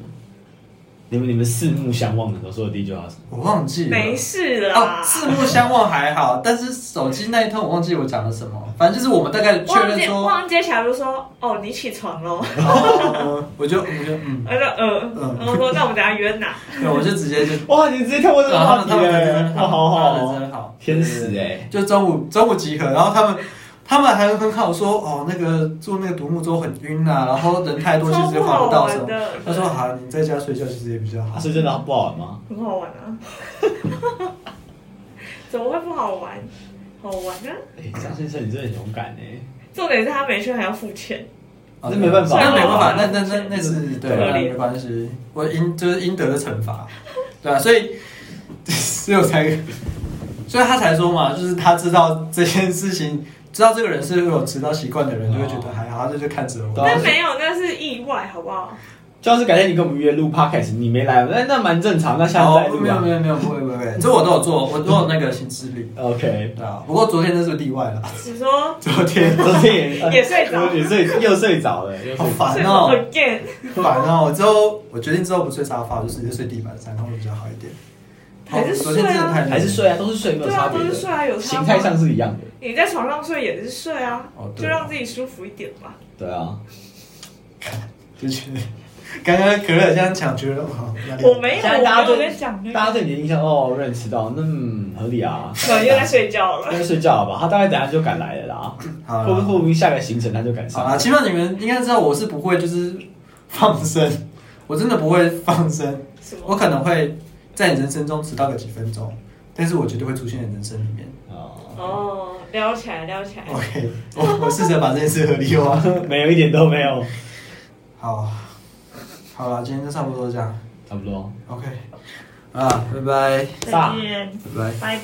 [SPEAKER 2] 你们你们四目相望的时候说的第一句话是什么？
[SPEAKER 1] 我忘记了。
[SPEAKER 3] 没事
[SPEAKER 1] 哦，
[SPEAKER 3] 啦。
[SPEAKER 1] 四目相望还好，但是手机那一通我忘记我讲了什么，反正就是我们大概确
[SPEAKER 3] 忘
[SPEAKER 1] 认
[SPEAKER 3] 记
[SPEAKER 1] 说，
[SPEAKER 3] 忘记接起来就说：“哦，你起床喽。
[SPEAKER 2] 嗯
[SPEAKER 1] 哦 我就我就嗯”，
[SPEAKER 3] 我就呃，
[SPEAKER 1] 嗯
[SPEAKER 3] 然后说：“那我们等下约哪
[SPEAKER 1] 对，我就直 接就，
[SPEAKER 2] 哇，你直接跳过这个
[SPEAKER 1] 然后他
[SPEAKER 2] 话
[SPEAKER 1] 们
[SPEAKER 2] 题
[SPEAKER 1] 他们人
[SPEAKER 2] 了，
[SPEAKER 1] 真
[SPEAKER 2] 啊哇，
[SPEAKER 1] 好，
[SPEAKER 2] 好好
[SPEAKER 1] 他们
[SPEAKER 2] 哦，
[SPEAKER 1] 人真好，
[SPEAKER 2] 天使
[SPEAKER 1] 对，
[SPEAKER 2] 哎！
[SPEAKER 1] 对对就中午中午集合，然后他们。他们还很好说哦，那个坐那个独木舟很晕啊，然后人太？”多其
[SPEAKER 3] 超
[SPEAKER 1] 实
[SPEAKER 3] 不
[SPEAKER 1] 划
[SPEAKER 3] 好
[SPEAKER 1] 不到什
[SPEAKER 3] 玩
[SPEAKER 1] 么。
[SPEAKER 3] 的。
[SPEAKER 1] 他说好，你在家睡觉其实也比较好
[SPEAKER 2] 啊，。所以真的不好玩吗？
[SPEAKER 3] 很好玩啊， 怎么会不好玩？好玩啊！
[SPEAKER 2] 哎，张先生，你真的很勇敢哎！
[SPEAKER 3] 重点是他没去还要付钱，
[SPEAKER 1] 哦
[SPEAKER 2] 啊那没办法
[SPEAKER 1] 那没办法，那那那那是对，
[SPEAKER 2] 对
[SPEAKER 1] 那没关系，我应就是应得的惩罚，对啊，所以所以我才，所以他才说嘛，就是他知道这件事情，知道这个人是有迟到习惯的人，就会觉得还好，他就就看着
[SPEAKER 2] 对
[SPEAKER 1] 我
[SPEAKER 2] 啊。
[SPEAKER 3] 但没有，那是意外，好不好？
[SPEAKER 2] 就要是改天你跟我们约录 podcast，你没来，那那蛮正常，那下次再
[SPEAKER 1] 哦，
[SPEAKER 2] 录
[SPEAKER 1] 没有
[SPEAKER 2] 吧
[SPEAKER 1] 没。有没有，不会不会不会，这我都有做，我都有那个行事历，
[SPEAKER 2] OK，
[SPEAKER 1] 对啊。不过昨天那是例外了，
[SPEAKER 3] 你 说
[SPEAKER 1] 昨天
[SPEAKER 2] 昨天也
[SPEAKER 3] 也睡着
[SPEAKER 2] 也睡又睡着了，又睡
[SPEAKER 1] 好
[SPEAKER 2] 着了。
[SPEAKER 1] 烦
[SPEAKER 3] 睡
[SPEAKER 1] 哦、
[SPEAKER 3] again，
[SPEAKER 1] 烦哦、我之后我决定之后不睡沙发，我就直接睡地板上，会比较好一点。
[SPEAKER 3] 还是
[SPEAKER 1] 哦昨天真
[SPEAKER 3] 睡
[SPEAKER 1] 的
[SPEAKER 3] 啊
[SPEAKER 1] 太累
[SPEAKER 2] 还是睡啊，都是睡，没有
[SPEAKER 3] 对
[SPEAKER 2] 差
[SPEAKER 3] 啊，
[SPEAKER 2] 别
[SPEAKER 3] 都
[SPEAKER 2] 的
[SPEAKER 3] 是。睡啊，有差
[SPEAKER 2] 形
[SPEAKER 3] 吗
[SPEAKER 2] 态上是一样的。
[SPEAKER 3] 你在床上睡也是睡啊，
[SPEAKER 1] 哦对
[SPEAKER 3] 就让自己舒服一点嘛。
[SPEAKER 2] 对啊，
[SPEAKER 1] 就觉得刚刚可乐这样讲，觉得哇，压力
[SPEAKER 3] 我没有，
[SPEAKER 2] 现在
[SPEAKER 3] 哎我
[SPEAKER 2] 大家
[SPEAKER 3] 没
[SPEAKER 2] 对
[SPEAKER 3] 有在讲那
[SPEAKER 2] 大家
[SPEAKER 3] 个，
[SPEAKER 2] 对你的印象哦，有人迟到，那嗯合理啊。
[SPEAKER 3] 可能又在睡觉了。
[SPEAKER 2] 该睡觉了吧？他大概等下就赶来了啦。
[SPEAKER 1] 好
[SPEAKER 2] 会不会会
[SPEAKER 1] 了，
[SPEAKER 2] 不会下个行程他就赶
[SPEAKER 1] 好
[SPEAKER 2] 上？
[SPEAKER 1] 啦，起码你们应该知道我是不会就是放生，我真的不会放生，
[SPEAKER 3] 什
[SPEAKER 1] 我
[SPEAKER 3] 么？
[SPEAKER 1] 可能会在你人生中迟到个几分钟，但是我绝对会出现在你人生里面。
[SPEAKER 2] 哦，
[SPEAKER 3] 哦，撩起来，撩起来。
[SPEAKER 1] OK，我我试着把这件事合理化。
[SPEAKER 2] 没有一点都没有，
[SPEAKER 1] 好，好了，今天就差不多这样。
[SPEAKER 2] 差不多。
[SPEAKER 1] OK，啊，拜拜，
[SPEAKER 3] 再见，
[SPEAKER 1] 拜拜。
[SPEAKER 3] 拜拜。